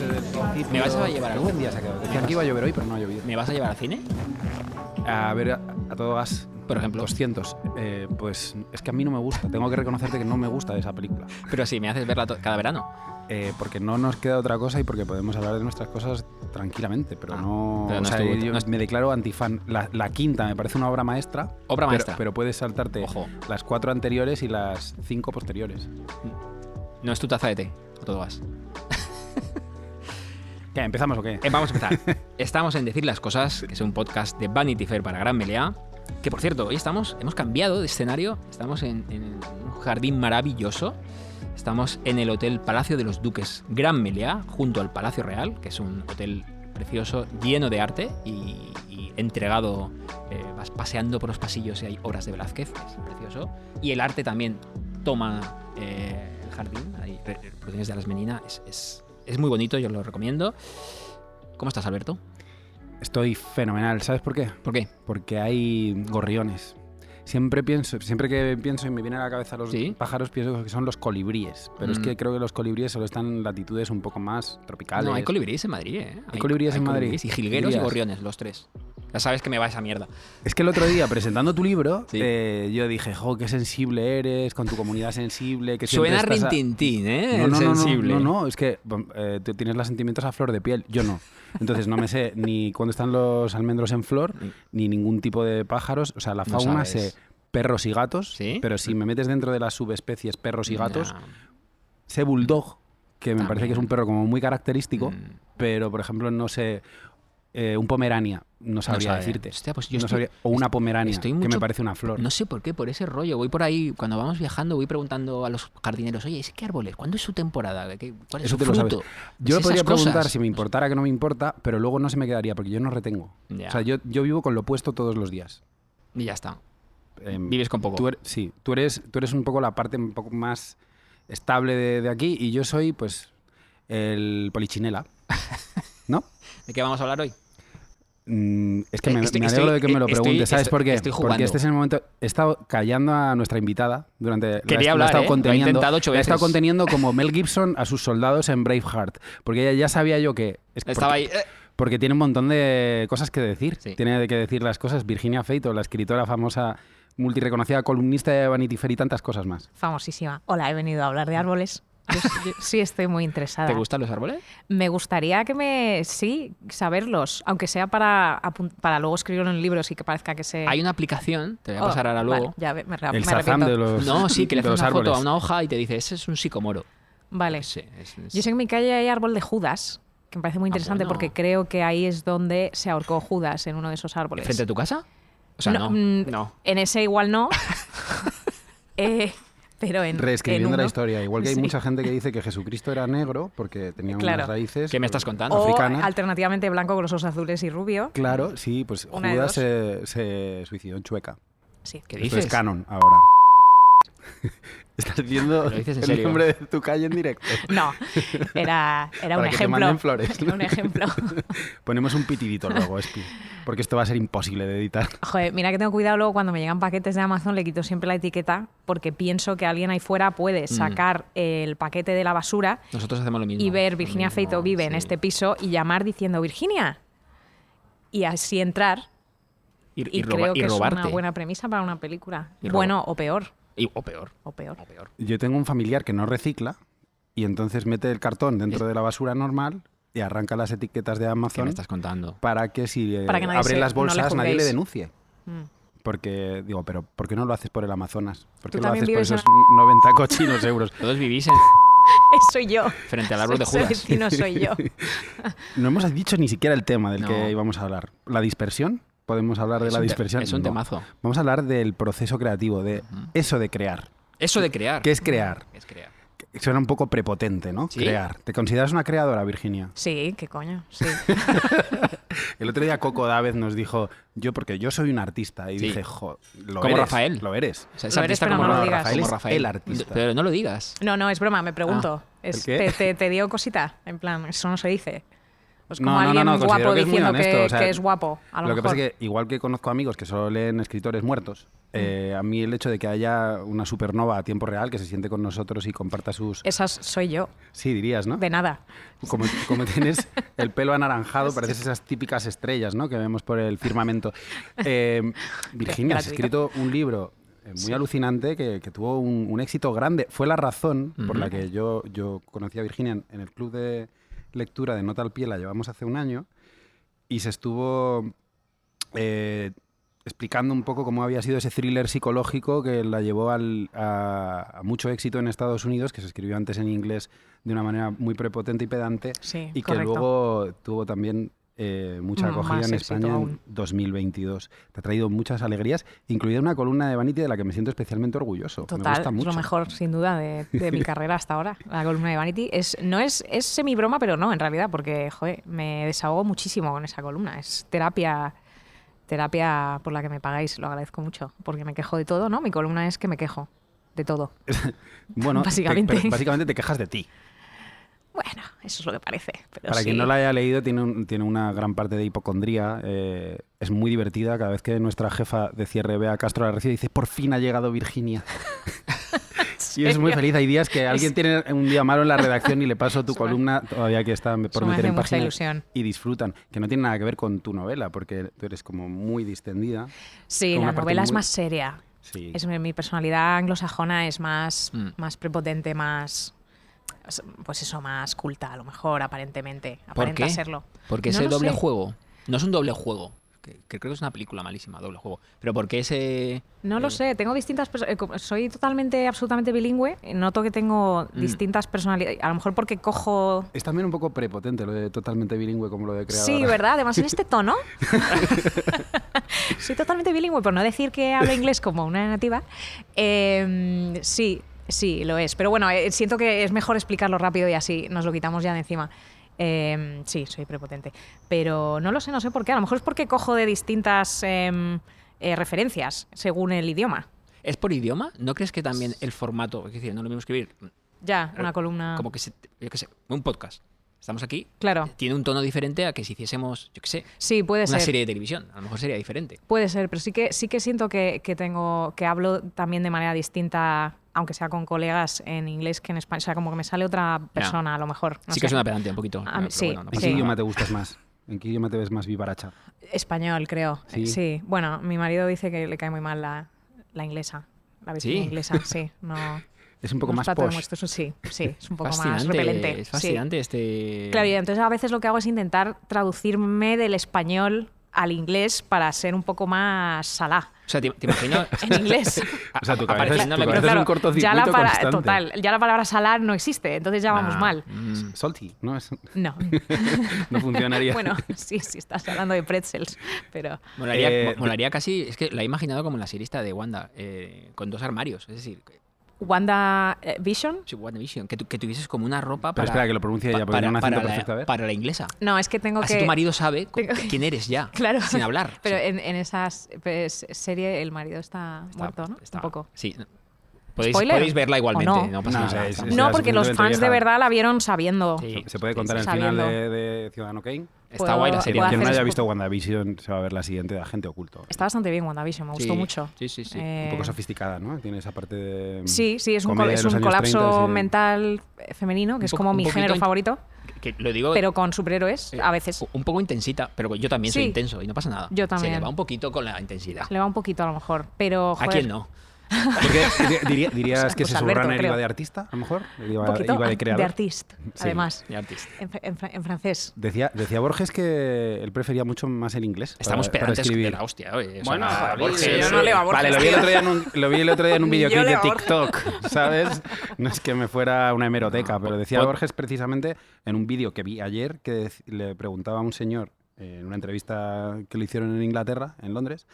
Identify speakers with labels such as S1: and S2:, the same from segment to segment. S1: principio.
S2: ¿Me vas a llevar
S1: Algún día se ha quedado. Decían que iba a llover hoy, pero no ha llovido.
S2: ¿Me vas a llevar al cine?
S1: A ver, a, a todo gas.
S2: Por ejemplo.
S1: 200. Eh, pues es que a mí no me gusta. Tengo que reconocerte que no me gusta esa película.
S2: Pero sí, me haces verla to- cada verano.
S1: Eh, porque no nos queda otra cosa y porque podemos hablar de nuestras cosas tranquilamente, pero
S2: Ah,
S1: no.
S2: pero
S1: o
S2: no
S1: sea,
S2: es tu-
S1: yo
S2: no es-
S1: me declaro antifan. La, la quinta me parece una obra maestra. pero-
S2: Obra maestra.
S1: Pero puedes saltarte
S2: Ojo.
S1: las cuatro anteriores y las cinco posteriores.
S2: No es tu taza de té, a todo gas.
S1: ¿Qué? ¿Empezamos o qué?
S2: Eh, vamos a empezar. Estamos en Decir las Cosas, que es un podcast de Vanity Fair para Gran Melea. Que por cierto, hoy estamos, hemos cambiado de escenario. Estamos en, en un jardín maravilloso. Estamos en el Hotel Palacio de los Duques Gran Melea, junto al Palacio Real, que es un hotel precioso, lleno de arte y, y entregado. eh, vas paseando por los pasillos y hay obras de Velázquez, es precioso. Y el arte también toma eh, el jardín, hay re- reproducciones de las meninas, es, es- es muy bonito, yo lo recomiendo. ¿Cómo estás, Alberto?
S1: Estoy fenomenal. ¿Sabes por qué?
S2: ¿Por qué?
S1: Porque hay gorriones. Siempre pienso, siempre que pienso y me vienen a la cabeza los
S2: Sí.
S1: pájaros, pienso que son los colibríes. Pero es
S2: Mm.
S1: que creo que los colibríes solo están en latitudes un poco más tropicales.
S2: No, hay colibríes en Madrid, ¿eh?
S1: Hay colibríes en Madrid.
S2: y jilgueros y
S1: Dirías.
S2: gorriones, los tres. Ya sabes que me va esa mierda.
S1: Es que el otro día, presentando tu libro,
S2: Sí.
S1: eh, yo dije, jo, qué sensible eres, con tu comunidad sensible, que siempre
S2: Suena
S1: estás a-
S2: rintintín, ¿eh?
S1: No,
S2: El
S1: no, no, no,
S2: sensible.
S1: No, no, es que bom, eh, tú tienes los sentimientos a flor de piel, yo no. Entonces no me sé ni cuándo están los almendros en flor,
S2: Ni-
S1: ni ningún tipo de pájaros. O sea, la
S2: No
S1: fauna
S2: sabes.
S1: sé perros y gatos,
S2: ¿Sí?
S1: pero si me metes dentro de las subespecies perros y gatos,
S2: Nah.
S1: sé bulldog, que me parece
S2: También.
S1: que es un perro como muy característico,
S2: Mm.
S1: pero por ejemplo no sé... eh, un pomerania, no sabría
S2: sabe.
S1: decirte.
S2: Hostia, pues yo
S1: No
S2: estoy-
S1: sabría- o una pomerania,
S2: estoy
S1: que
S2: mucho-
S1: me parece una flor.
S2: No sé por qué, por ese rollo. Voy por ahí, cuando vamos viajando, voy preguntando a los jardineros, oye, ¿ese qué árboles? ¿Cuándo es su temporada? ¿Qué- ¿Cuál es
S1: Eso
S2: su
S1: te lo sabes.
S2: fruto? Pues
S1: Yo
S2: Es
S1: lo podría
S2: esas cosas.
S1: preguntar si me importara que no me importa, pero luego no se me quedaría porque yo no retengo.
S2: Ya.
S1: O sea, yo, yo vivo con lo opuesto todos los días.
S2: Y ya está.
S1: Em,
S2: Vives con poco.
S1: tú eres- sí, tú eres, tú eres un poco la parte un poco más estable de, de aquí y yo soy, pues, el polichinela. ¿No?
S2: ¿De qué vamos a hablar hoy?
S1: Mm, es que
S2: Eh,
S1: me,
S2: estoy-
S1: me alegro
S2: estoy-
S1: de que me lo
S2: eh, estoy-
S1: preguntes. ¿Sabes
S2: estoy-
S1: por qué?
S2: estoy jugando.
S1: Porque este es el momento. He estado callando a nuestra invitada durante. la he-
S2: Quería
S1: la he
S2: hablar,
S1: estado
S2: ¿eh? Lo he
S1: conteniendo.
S2: intentado ocho
S1: La he estado
S2: veces.
S1: conteniendo como Mel Gibson a sus soldados en Braveheart. Porque ella ya sabía yo que. es
S2: Estaba
S1: porque-
S2: ahí. eh,
S1: Porque tiene un montón de cosas que decir.
S2: Sí.
S1: Tiene que decir las cosas Virginia Feito, la escritora famosa, multireconocida columnista de Vanity Fair y tantas cosas más.
S3: famosísima. Hola, he venido a hablar de árboles. Yo, s- yo sí estoy muy interesada.
S2: Mm. ¿Te gustan los árboles?
S3: Me gustaría que me, sí, saberlos, aunque sea para, apun- para luego escribirlo en libros y que parezca que se...
S2: Hay una aplicación, te voy a
S3: Eh. Oh,
S2: pasar ahora
S3: vale,
S2: luego.
S3: ya ve- me, re-
S1: El
S3: me
S1: Shazam
S3: arrepiento.
S1: de los,
S2: No, sí, que le
S1: de
S2: haces
S1: los
S2: una
S1: árboles.
S2: foto a una hoja y te dice, ese es un sicomoro.
S3: Vale.
S2: Sí, es- es-
S3: Yo sé que en mi calle hay árbol de Judas, que me parece muy
S2: Ah,
S3: interesante
S2: bueno.
S3: porque creo que ahí es donde se ahorcó Judas, en uno de esos árboles.
S2: ¿Frente a tu casa? O sea, no.
S3: No, mm,
S2: No.
S3: En ese igual no. Eh, pero en...
S1: Reescribiendo
S3: en
S1: la
S3: uno-
S1: historia. Igual que hay
S3: Sí.
S1: mucha gente que dice que Jesucristo era negro porque tenía
S3: Claro.
S1: unas raíces.
S2: ¿Qué me estás contando?
S3: O
S1: africanas.
S3: alternativamente blanco con los ojos azules y rubio.
S1: Claro, sí, pues
S3: Una de
S1: Judas
S3: dos.
S1: se, se suicidó en Chueca.
S3: Sí.
S2: ¿Qué
S1: Eso
S2: dices?
S1: es canon ahora. estás diciendo
S2: Lo dices en
S1: el
S2: serio.
S1: nombre de tu calle en directo.
S3: No, era, era un
S1: Para que te
S3: ejemplo.
S1: manden flores.
S3: Era un ejemplo.
S1: Ponemos un pitidito luego, Espi, porque esto va a ser imposible de editar.
S3: Joder, mira que tengo cuidado luego cuando me llegan paquetes de Amazon, le quito siempre la etiqueta porque pienso que alguien ahí fuera puede
S2: Mm.
S3: sacar el paquete de la basura
S2: Nosotros hacemos lo mismo.
S3: y ver Virginia
S2: Lo
S3: Feito
S2: mismo,
S3: vive en
S2: sí.
S3: este piso y llamar diciendo Virginia. Y así entrar.
S2: Y,
S3: Y,
S2: y roba-
S3: creo
S2: y
S3: que es
S2: robarte.
S3: una buena premisa para una película.
S2: Y roba-
S3: Bueno, o peor.
S2: Y- o peor.
S3: O peor.
S2: O peor.
S1: Yo tengo un familiar que no recicla y entonces mete el cartón dentro de la basura normal y arranca las etiquetas de
S2: ¿Qué me
S1: Amazon
S2: estás contando?
S1: para que si eh,
S3: Para que nadie
S1: abre
S3: se-
S1: las
S3: no le
S1: bolsas nadie le
S3: juzguéis.
S1: denuncie.
S2: Oh.
S3: Mm.
S1: Porque digo, pero ¿por qué no lo haces por el Amazonas? ¿Por qué
S3: Tú
S1: lo
S3: también
S1: haces por
S3: vives en-
S1: esos 90 cochinos euros?
S2: Todos vivís en-
S3: Soy yo.
S2: frente al árbol de
S3: Ese
S2: Judas.
S3: vecino soy yo.
S1: No hemos dicho ni siquiera el tema del
S2: No.
S1: que íbamos a hablar. ¿La dispersión? ¿Podemos hablar de
S2: Es
S1: la
S2: un te-
S1: dispersión?
S2: es un
S1: No.
S2: temazo.
S1: Vamos a hablar del proceso creativo, de eso de crear.
S2: Eso de crear.
S1: ¿Qué es crear?
S2: Es crear.
S1: Que Suena un poco prepotente, ¿no?
S2: Sí.
S1: Crear. ¿Te consideras una creadora, Virginia?
S3: Sí, qué coño. Sí.
S1: El otro día Coco Dávez nos dijo, yo porque yo soy un artista, y
S2: Sí.
S1: dije, jo, lo
S2: Como
S1: eres,
S2: Rafael.
S1: Lo eres.
S2: O sea, es
S3: Lo eres,
S2: artista
S3: pero
S2: como,
S3: no lo
S2: Ra-
S3: digas.
S2: Rafael,
S1: Él
S2: como
S1: es
S2: Rafael.
S1: el artista.
S2: Pero no lo digas.
S3: No, no, es broma, me pregunto. Es-
S1: Ah, ¿el qué?
S3: te, te- te dio cosita, en plan, eso no se dice. Pues
S1: No,
S3: como
S1: no, no,
S3: alguien
S1: no, considero
S3: guapo
S1: que es muy
S3: diciendo que,
S1: honesto, o sea,
S3: que es guapo. A lo,
S1: Lo, que
S3: mejor.
S1: pasa es que, igual que conozco amigos que solo leen escritores muertos, eh,
S3: Mm.
S1: a mí el hecho de que haya una supernova a tiempo real que se siente con nosotros y comparta sus...
S3: Esas soy yo,
S1: Sí, dirías, ¿no?
S3: de nada.
S1: Como, como tienes el pelo anaranjado, pareces esas típicas estrellas ¿no? que vemos por el firmamento. Eh, Virginia, has
S3: Gratuito.
S1: escrito un libro eh, muy alucinante que, que tuvo un, un éxito grande. Fue la razón por la que yo, yo conocí a Virginia en, en el club de lectura de Nota al Pie, la llevamos hace un año, y se estuvo eh, explicando un poco cómo había sido ese thriller psicológico que la llevó al- a, a mucho éxito en Estados Unidos, que se escribió antes en inglés de una manera muy prepotente y pedante,
S3: Sí,
S1: y
S3: correcto.
S1: que luego tuvo también eh, mucha
S3: Mm,
S1: acogida
S3: más
S1: en
S3: éxito
S1: España
S3: aún.
S1: en 2022. Te ha traído muchas alegrías, incluida una columna de Vanity de la que me siento especialmente orgulloso. me
S3: Total,
S1: gusta
S3: es
S1: mucho.
S3: lo mejor sin duda de, de mi carrera hasta ahora, la columna de Vanity. Es, no es, es semi broma, pero no, en realidad, porque joder, me desahogo muchísimo con esa columna. Es terapia, terapia por la que me pagáis, lo agradezco mucho, porque me quejo de todo, ¿no? Mi columna es que me quejo de todo.
S1: Bueno, te-
S3: básicamente.
S1: pero básicamente te quejas de ti.
S3: Bueno, eso es lo que parece. Pero
S1: Para
S3: sí.
S1: quien no la haya leído, tiene, un- tiene una gran parte de hipocondría. eh, es muy divertida. Cada vez que nuestra jefa de cierre ve a Castro la recibe, dice, por fin ha llegado Virginia. y es muy feliz. Hay días que alguien tiene un día malo en la redacción y le paso tu
S3: Eso me-
S1: columna todavía que está
S3: eso
S1: por
S3: me
S1: meter
S3: hace
S1: en
S3: mucha
S1: página
S3: ilusión.
S1: y disfrutan. Que no tiene nada que ver con tu novela, porque tú eres como muy distendida.
S3: Sí,
S1: con
S3: la
S1: una parte
S3: novela es
S1: muy-
S3: más seria.
S1: Sí.
S3: Es, mi mi personalidad anglosajona es más,
S2: Mm.
S3: más prepotente, más. Pues eso, más culta, a lo mejor, aparentemente.
S2: ¿Por
S3: Aparenta
S2: qué?
S3: serlo.
S2: Porque
S3: No
S2: ese
S3: lo
S2: doble
S3: sé.
S2: juego. No es un doble juego. Que, que creo que es una película malísima, doble juego. Pero porque ese.
S3: No lo
S2: eh,
S3: sé, tengo distintas perso- eh, como Soy totalmente, absolutamente bilingüe. Noto que tengo
S2: Mm.
S3: distintas personalidades. A lo mejor porque cojo.
S1: Es también un poco prepotente lo de totalmente bilingüe como lo de creador.
S3: Sí, ¿verdad? Además, en este tono. Soy totalmente bilingüe, por no decir que hablo inglés como una nativa. Eh, sí, sí, lo es. Pero bueno, eh, siento que es mejor explicarlo rápido y así nos lo quitamos ya de encima. Eh, sí, soy prepotente. Pero no lo sé, no sé por qué. A lo mejor es porque cojo de distintas em, eh, referencias según el idioma.
S2: ¿Es por idioma? ¿No crees que también el formato. Es decir, no es lo mismo escribir.
S3: Ya, una columna.
S2: Eh, Como que se, yo qué sé, un podcast. Estamos aquí.
S3: Ah. Claro.
S2: Tiene un tono diferente a que si hiciésemos, yo qué sé,
S3: Sí, puede
S2: una
S3: ser.
S2: serie de televisión. A lo mejor sería diferente.
S3: Puede ser, pero sí que sí que siento que, que tengo que hablo también de manera distinta, aunque sea con colegas en inglés que en español, o sea, como que me sale otra persona a lo mejor.
S2: sí
S3: no sé.
S2: que es una pedante un poquito.
S3: A mí-
S2: pero
S3: sí,
S2: bueno, no
S1: ¿En
S2: pasa
S1: qué
S3: Sí.
S1: idioma te gustas más? ¿En qué idioma te ves más vivaracha?
S3: Español, creo. Eh, Sí.
S1: Sí.
S3: Bueno, mi marido dice que le cae muy mal la, la inglesa, la vecina
S2: Sí.
S3: inglesa, sí. No.
S1: Es un poco
S3: nos
S1: más
S3: trata de
S1: posh.
S3: muestros- sí, sí, es un poco más
S2: Fascinante,
S3: repelente.
S2: Es
S3: sí.
S2: fascinante este.
S3: Claro, y entonces a veces lo que hago es intentar traducirme del español al inglés para ser un poco más salá
S2: O sea, te, te imagino.
S3: en inglés.
S1: O sea, tu
S2: Aparece-
S1: cabeza, es-
S2: no,
S1: tu
S2: pero
S1: cabeza es
S3: claro,
S1: un cortocircuito
S3: ya la para-
S1: constante.
S3: total, ya la palabra salar no existe, entonces ya vamos
S2: Ah,
S3: mal.
S2: mm.
S1: Salty, ¿no? Es-
S3: No.
S1: no funcionaría.
S3: bueno, sí, sí, estás hablando de pretzels, pero
S2: Molaría,
S1: Eh,
S2: mo- molaría casi, es que la he imaginado como la serista de Wanda, eh, con dos armarios, es decir, que-
S3: Wanda eh, Vision.
S2: sí, WandaVision, que, tu- que tuvieses como una ropa
S1: Pero
S2: para,
S1: espera, que lo pronuncie
S2: pa-
S1: ella, porque
S2: para,
S1: tiene un acento
S2: para
S1: perfecto, a
S2: la,
S1: ver.
S2: para la inglesa.
S3: No, es que tengo
S2: Así
S3: que
S2: Ah, tu marido sabe cu-
S3: tengo que-
S2: quién eres ya,
S3: Claro.
S2: sin hablar.
S3: Pero
S2: sí.
S3: en, en esas pues, serie el marido está,
S2: Está-
S3: muerto, ¿no?
S2: está-
S3: Un poco.
S2: Sí. Podéis,
S3: Spoiler,
S2: podéis verla
S3: ¿o
S2: igualmente,
S3: no?
S2: no, pasa
S1: No,
S2: nada.
S1: es-
S2: estamos-
S1: es-
S3: No,
S1: será
S3: porque los
S1: suficientemente
S3: fans de
S1: vieja.
S3: verdad la vieron sabiendo.
S2: Sí.
S1: ¿Se puede
S2: sí,
S1: contar
S2: sí,
S1: el
S2: sí.
S1: final de,
S3: sabiendo.
S1: de Ciudadano Kane?
S2: Está guay la
S3: Puedo-
S2: serie.
S3: puedo
S1: Quien no
S3: hacer
S1: haya
S3: spo-
S1: visto WandaVision se va a ver la siguiente de Agente Oculto.
S3: Está bastante bien WandaVision, me gustó
S2: Sí,
S3: mucho.
S2: Sí, sí, sí.
S1: Un
S3: Eh,
S1: poco sofisticada, ¿no? Tiene esa parte de... mm,
S3: Sí, sí, es un,
S1: comedia
S3: col-
S1: de
S3: es
S1: los
S3: un
S1: años
S3: colapso
S1: 30, sí.
S3: mental eh, femenino, que
S2: Un
S3: es
S2: poco-
S3: como
S2: un
S3: mi
S2: poquito
S3: género
S2: in-
S3: favorito,
S2: Que- que lo digo
S3: pero con superhéroes
S2: eh,
S3: a veces.
S2: un poco intensita, pero yo también soy
S3: Sí.
S2: intenso y no pasa nada.
S3: Yo
S2: Se
S3: también.
S2: le va un poquito con la intensidad.
S3: Le va un poquito a lo mejor, pero
S2: ¿A
S3: joder,
S2: quién no?
S1: Porque di- diría- dirías
S3: Pues-
S1: que
S3: pues
S1: se subrana
S3: Alberto,
S1: el
S3: creo.
S1: IVA de artista, a lo mejor. El
S3: un
S1: IVA,
S3: poquito
S1: IVA
S3: a-
S1: de creador.
S3: artist, además,
S2: De artista.
S3: en, fr- en fr- en francés.
S1: Decía, decía Borges que él prefería mucho más el inglés. para-
S2: Estamos
S1: para
S2: pedantes de
S1: escribir.
S2: la hostia hoy. o
S1: Bueno,
S2: sea,
S1: Javi,
S2: Borges-
S3: yo no leo a Borges,
S1: Vale, lo vi el
S3: tío.
S1: otro día en un, lo vi el otro día en un
S3: Ni yo
S1: videoclip de
S3: leo a Borges.
S1: TikTok, ¿sabes? No es que me fuera una hemeroteca,
S2: No,
S1: pero
S2: po-
S1: decía
S2: po-
S1: Borges precisamente en un vídeo que vi ayer que dec- le preguntaba a un señor eh, en una entrevista que le hicieron en Inglaterra, en Londres,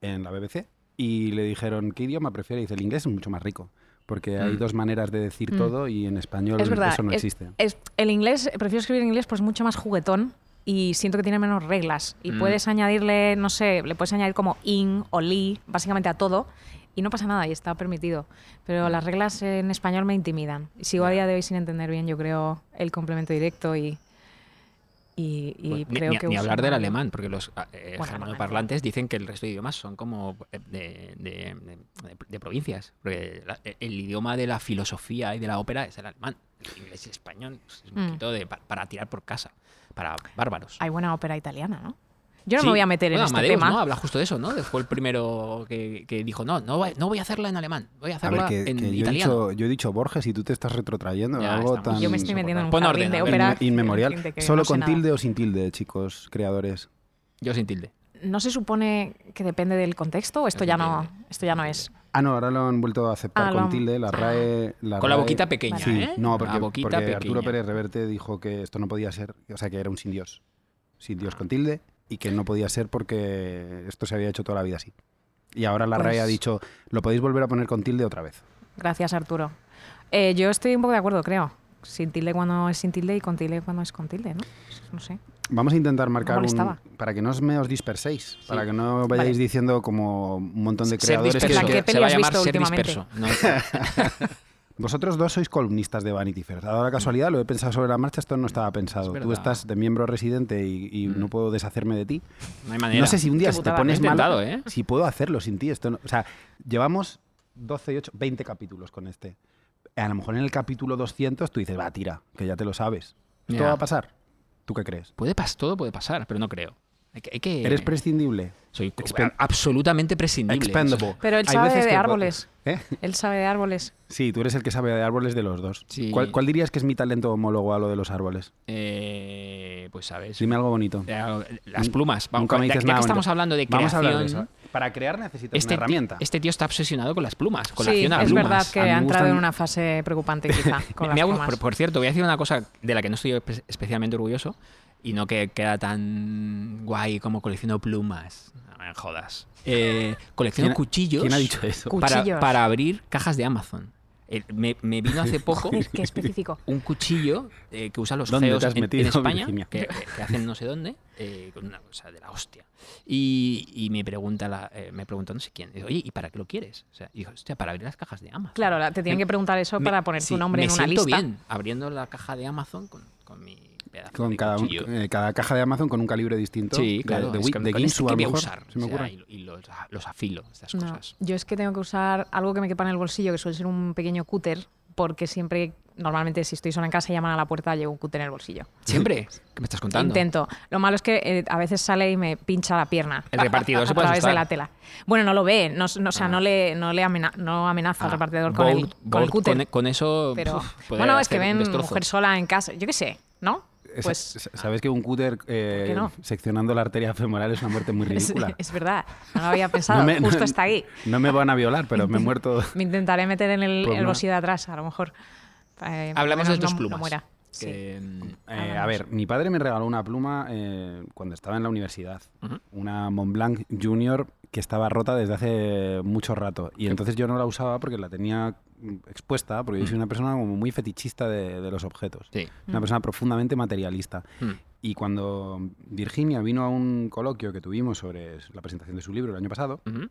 S1: en la BBC, y le dijeron, ¿qué idioma prefiere? Y dice, el inglés es mucho más rico, porque hay
S2: Mm.
S1: dos maneras de decir
S3: Mm.
S1: todo y en español
S3: Es verdad.
S1: eso no
S3: es-
S1: existe.
S3: es- el inglés, prefiero escribir en inglés, pues mucho más juguetón y siento que tiene menos reglas. Y
S2: Mm.
S3: puedes añadirle, no sé, le puedes añadir como in o li, básicamente a todo. Y no pasa nada y está permitido. Pero
S2: Mm.
S3: las reglas en español me intimidan. Y sigo a día de hoy sin entender bien, yo creo, el complemento directo y, Y, y
S2: Bueno, Pues ni-
S3: creo
S2: ni,
S3: que
S2: ni
S3: usan-
S2: hablar del alemán, porque los ah, eh,
S3: Bueno,
S2: germanoparlantes dicen que el resto de idiomas son como eh, de, de- de- de provincias. Porque la- e, el idioma de la filosofía y de la ópera es el alemán. El inglés y el español es un
S3: Mm.
S2: poquito de, pa- para, tirar por casa, para bárbaros.
S3: Hay buena ópera italiana, ¿no? Yo no
S2: Sí.
S3: me voy a meter
S2: Bueno,
S3: en este
S2: Amadeus,
S3: tema.
S2: ¿no? Habla justo de eso, ¿no? Fue el primero que, que dijo, no, no, voy- no voy a hacerla en alemán, voy a
S1: A
S2: hacerla
S1: ver, que,
S2: en
S1: que yo, he
S2: italiano.
S1: dicho, yo he dicho Borges y tú te estás retrotrayendo.
S2: Ya,
S1: algo
S2: estamos-
S1: tan
S3: Yo me estoy metiendo en un
S2: Pon
S3: jardín
S2: orden,
S3: de
S2: ¿no?
S1: inme-
S3: ópera.
S1: inmemorial.
S3: gente que
S1: Solo
S3: no sé
S1: con
S3: nada.
S1: tilde o sin tilde, chicos, creadores.
S2: Yo sin tilde.
S3: ¿No se supone que depende del contexto o esto ya no,
S2: Depende.
S3: esto ya no es?
S1: Ah, no, ahora lo han vuelto a aceptar
S3: Ah, lo
S1: con
S3: han-
S1: tilde, la
S3: ah.
S1: RAE... la
S2: Con la
S1: RAE-
S2: boquita pequeña,
S1: Sí,
S2: ¿eh?
S1: no, porque,
S2: la boquita
S1: porque
S2: pequeña.
S1: Arturo Pérez Reverte dijo que esto no podía ser, o sea, que era un sin Dios, sin Dios con tilde, y que no podía ser porque esto se había hecho toda la vida así. Y ahora la RAE ha
S3: Pues-
S1: dicho, lo podéis volver a poner con tilde otra vez.
S3: Gracias, Arturo. Eh, yo estoy un poco de acuerdo, creo. Sin tilde cuando es sin tilde y con tilde cuando es con tilde, ¿no? No sé.
S1: Vamos a intentar marcar un...
S3: molestaba.
S1: Para que no os me os disperséis, para que no vayáis
S3: Vale.
S1: diciendo como un montón de
S2: Ser
S1: creadores que...
S2: disperso.
S3: ¿Qué peli
S2: Se va a
S3: has
S2: llamar
S3: visto
S2: ser
S3: últimamente?
S2: disperso. No,
S1: Vosotros dos sois columnistas de Vanity Fair. Dado la casualidad, lo he pensado sobre la marcha, esto no estaba pensado.
S2: Es
S1: Tú
S2: verdad. Mm.
S1: estás de miembro residente y, y no puedo deshacerme de ti.
S2: no hay manera.
S1: No sé si un día
S3: Qué
S1: si te
S3: putada.
S1: pones
S2: Lo he intentado,
S1: malo,
S2: ¿eh?
S1: si puedo hacerlo sin ti. Esto no- o sea, llevamos 12 y 8, 20 capítulos con este. A lo mejor en el capítulo 200 tú dices, va, tira, que ya te lo sabes. ¿Esto
S2: Ya.
S1: va a pasar? ¿Tú qué crees?
S2: Puede pas todo puede pasar, pero no creo. Hay que, hay que-
S1: ¿Eres prescindible?
S2: soy co-
S1: expen-
S2: a- absolutamente prescindible.
S1: Expendable.
S3: Pero él
S1: Hay
S3: sabe
S1: veces
S3: de
S1: que-
S3: árboles.
S1: ¿Eh?
S3: Él sabe de árboles.
S1: Sí, tú eres el que sabe de árboles de los dos.
S2: Sí.
S1: ¿Cuál, cuál dirías que es mi talento homólogo a lo de los árboles?
S2: Eh, pues sabes.
S1: Dime algo bonito.
S2: Eh, Las plumas. Vamos,
S1: Nunca me
S2: ya-
S1: dices
S2: ya
S1: nada
S2: que
S1: bonito.
S2: estamos hablando de creación.
S1: Vamos a hablar de eso. Para crear necesitas
S2: Este,
S1: una
S2: ti-
S1: herramienta.
S2: este tío está obsesionado con las plumas, con la
S3: sí,
S2: acción a
S3: es
S2: plumas.
S3: verdad que
S1: A mí me
S3: ha entrado en
S1: gustan-
S3: una fase preocupante quizá
S2: Me-
S3: con las
S2: me hago-
S3: plumas.
S2: por, por cierto, voy a decir una cosa de la que no estoy espe- especialmente orgulloso y no que queda tan guay como colecciono plumas. No me jodas. Eh, colecciono
S1: ¿Quién ha-
S2: cuchillos.
S1: ¿Quién ha dicho eso?
S2: Para,
S3: Cuchillos.
S2: para abrir cajas de Amazon. El- me, me vino hace poco
S3: Joder, qué específico.
S2: un cuchillo eh, que usan los
S1: ¿Dónde te
S2: CEOs
S1: has
S2: en,
S1: metido,
S2: en España,
S1: Virginia?
S2: que, que- que hacen no sé dónde, eh, con una cosa de la hostia. Y, y me pregunta la, eh, me preguntó no sé quién, digo, oye, ¿y para qué lo quieres? O sea, y dijo, hostia, para abrir las cajas de Amazon.
S3: Claro, la- te tienen que preguntar eso
S2: Me-
S3: para poner
S2: sí,
S3: tu nombre
S2: me
S3: en una
S2: siento
S3: lista.
S2: bien abriendo la caja de Amazon con, con mi pedazo
S1: Con
S2: de
S1: cada, un-
S2: cuchillo.
S1: eh, cada caja de Amazon con un calibre distinto.
S2: Sí,
S1: de-
S2: claro,
S1: De,
S2: es
S1: Wii-
S2: que
S1: de
S2: con este
S1: Ginsu, a
S2: que
S1: lo
S2: voy a
S1: mejor,
S2: usar.
S1: se me
S2: o sea,
S1: ocurre.
S2: y, y los, los afilo, estas
S3: No,
S2: cosas.
S3: yo es que tengo que usar algo que me quepa en el bolsillo, que suele ser un pequeño cúter, porque siempre, normalmente si estoy sola en casa, llaman a la puerta, llevo un cúter en el bolsillo.
S2: Siempre, ¿qué me estás contando?
S3: Intento. Lo malo es que eh, a veces sale y me pincha la pierna.
S2: El repartidor se
S3: a
S2: puede
S3: través
S2: asustar.
S3: de la tela. Bueno, no lo ve, no, no- o sea, no le, no le amena- no amenaza al
S2: Ah,
S3: repartidor con, el,
S2: Bolt-
S3: con el
S2: Bolt
S3: cúter.
S2: Con, e, con eso.
S3: pero
S2: uf, podría
S3: bueno, es que
S2: hacer un
S3: ven
S2: destrozo.
S3: mujer sola en casa, yo qué sé, ¿no?
S1: Esa-
S3: Pues
S1: sa- Sabes que un cúter eh,
S3: qué no?
S1: seccionando la arteria femoral es una muerte muy
S3: es,
S1: ridícula.
S3: es verdad, no lo había pensado,
S1: No me-
S3: justo
S1: no-
S3: está ahí.
S1: No me van a violar, pero me he muerto.
S3: Me intentaré meter en el,
S1: Pues
S3: el
S1: no.
S3: bolsillo de atrás, a lo mejor. Eh,
S2: Hablamos
S3: no-
S2: de tus
S3: no- no
S2: plumas.
S3: muera. Sí.
S2: que, mm,
S1: Eh, a
S3: Hablamos.
S1: ver, mi padre me regaló una pluma eh, cuando estaba en la universidad.
S2: Ujú.
S1: Una Montblanc Junior que estaba rota desde hace mucho rato. Y entonces yo no la usaba porque la tenía mm, expuesta, porque yo soy una persona como muy fetichista de, de los objetos.
S2: sí.
S1: Una
S3: Mm.
S1: persona profundamente materialista.
S2: Mm.
S1: Y cuando Virginia vino a un coloquio que tuvimos sobre la presentación de su libro el año pasado,
S2: Ujú.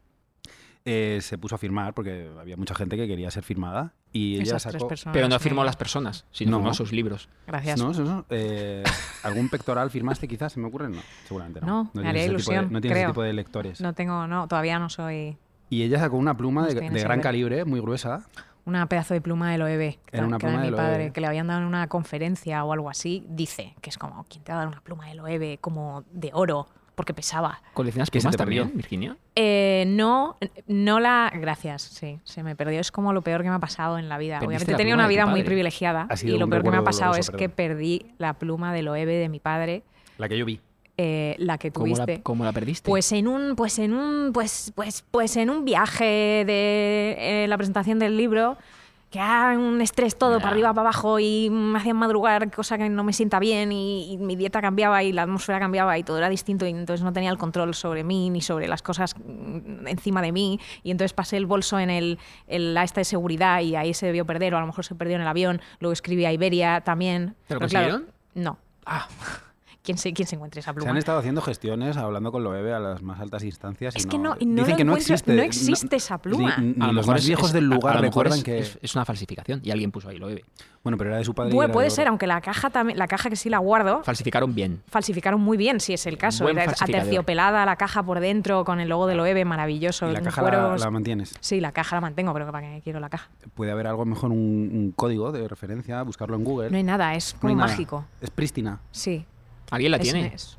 S1: eh, se puso a firmar porque había mucha gente que quería ser firmada y ella
S3: Esas tres
S1: sacó...
S3: personas.
S2: Pero no
S3: me-
S2: firmó las personas, sino
S1: No.
S2: firmó sus libros.
S3: Gracias.
S1: No, eso no. Eh, ¿Algún pectoral firmaste quizás? ¿Se me ocurre? No, seguramente no.
S3: No, me
S1: tienes
S3: haría
S1: ese tipo de-
S3: ilusión,
S1: no tienes
S3: creo.
S1: ese tipo de lectores.
S3: No tengo, no, todavía no soy
S1: Y ella sacó una pluma
S3: No
S1: de,
S3: estoy en
S1: de
S3: ese
S1: gran
S3: nivel.
S1: calibre, muy gruesa.
S3: una pedazo de pluma de loewe que,
S1: Era una
S3: que era
S1: pluma
S3: de
S1: de
S3: mi padre,
S1: Loewe.
S3: que le habían dado en una conferencia o algo así, dice que es como, ¿quién te va a dar una pluma de loewe como de oro? Porque pesaba.
S2: ¿Coleccionas
S1: Que se
S2: plumas
S1: te perdió.
S2: también, Virginia?
S3: Eh, no, no la... Gracias, sí, se me perdió. Es como lo peor que me ha pasado en la vida.
S2: Perdiste
S3: Obviamente
S2: la
S3: tenía
S2: pluma de
S3: una
S2: tu
S3: vida muy
S2: padre.
S3: privilegiada
S1: Ha sido
S3: y lo
S1: un
S3: peor que me ha
S1: recuerdo
S3: pasado
S1: doloroso,
S3: es que
S1: perdón.
S3: perdí la pluma de loewe de mi padre,
S1: La que yo vi.
S3: eh, la que
S2: ¿Cómo
S3: tuviste.
S2: la, cómo la perdiste?
S3: Pues en un, pues en un, pues, pues, pues en un viaje de eh, la presentación del libro, que era un estrés todo
S2: Ya.
S3: para arriba, para abajo, y me hacían madrugar, cosa que no me sienta bien, y, y mi dieta cambiaba y la atmósfera cambiaba y todo era distinto, y entonces no tenía el control sobre mí ni sobre las cosas mm, encima de mí, y entonces pasé el bolso en el, el la esta de seguridad y ahí se debió perder, o a lo mejor se perdió en el avión, luego escribí a Iberia también.
S2: ¿Te lo
S3: Pero claro,
S2: consiguieron?
S3: no.
S2: Ah,
S3: quién se, quién se encuentre esa
S1: Se
S3: pluma.
S1: han estado haciendo gestiones, hablando con Loewe a las más altas instancias. y
S3: Es que no- y no
S1: dicen
S3: lo
S1: que no
S3: encuentro-
S1: existe.
S3: no existe esa pluma.
S1: Ni, ni
S2: A lo
S1: los
S2: mejor
S1: más
S2: es-
S1: viejos
S2: es-
S1: del
S2: a- a
S1: lugar
S2: lo mejor
S1: recuerdan
S2: es,
S1: que.
S2: es- es una falsificación y alguien puso ahí lo bebe.
S1: Bueno, pero era de su padre. y
S3: Puede,
S1: era
S3: puede
S1: de
S3: ser,
S1: oro.
S3: aunque la caja también, la caja que sí la guardo,
S2: Falsificaron bien.
S3: falsificaron muy bien, si es el caso.
S2: Buen
S3: Era
S2: falsificador.
S3: aterciopelada la caja por dentro con el logo de Loewe, maravilloso.
S1: Y la
S3: en
S1: caja la,
S3: cueros.
S1: la mantienes.
S3: Sí, la caja la mantengo, pero ¿para qué quiero la caja?
S1: Puede haber algo mejor, un, un código de referencia, buscarlo en Google.
S3: No hay nada, es
S1: Eh, No
S3: como
S1: hay nada.
S3: mágico.
S1: Es prístina.
S3: Sí.
S2: ¿Alguien la
S3: es-
S2: tiene?
S3: es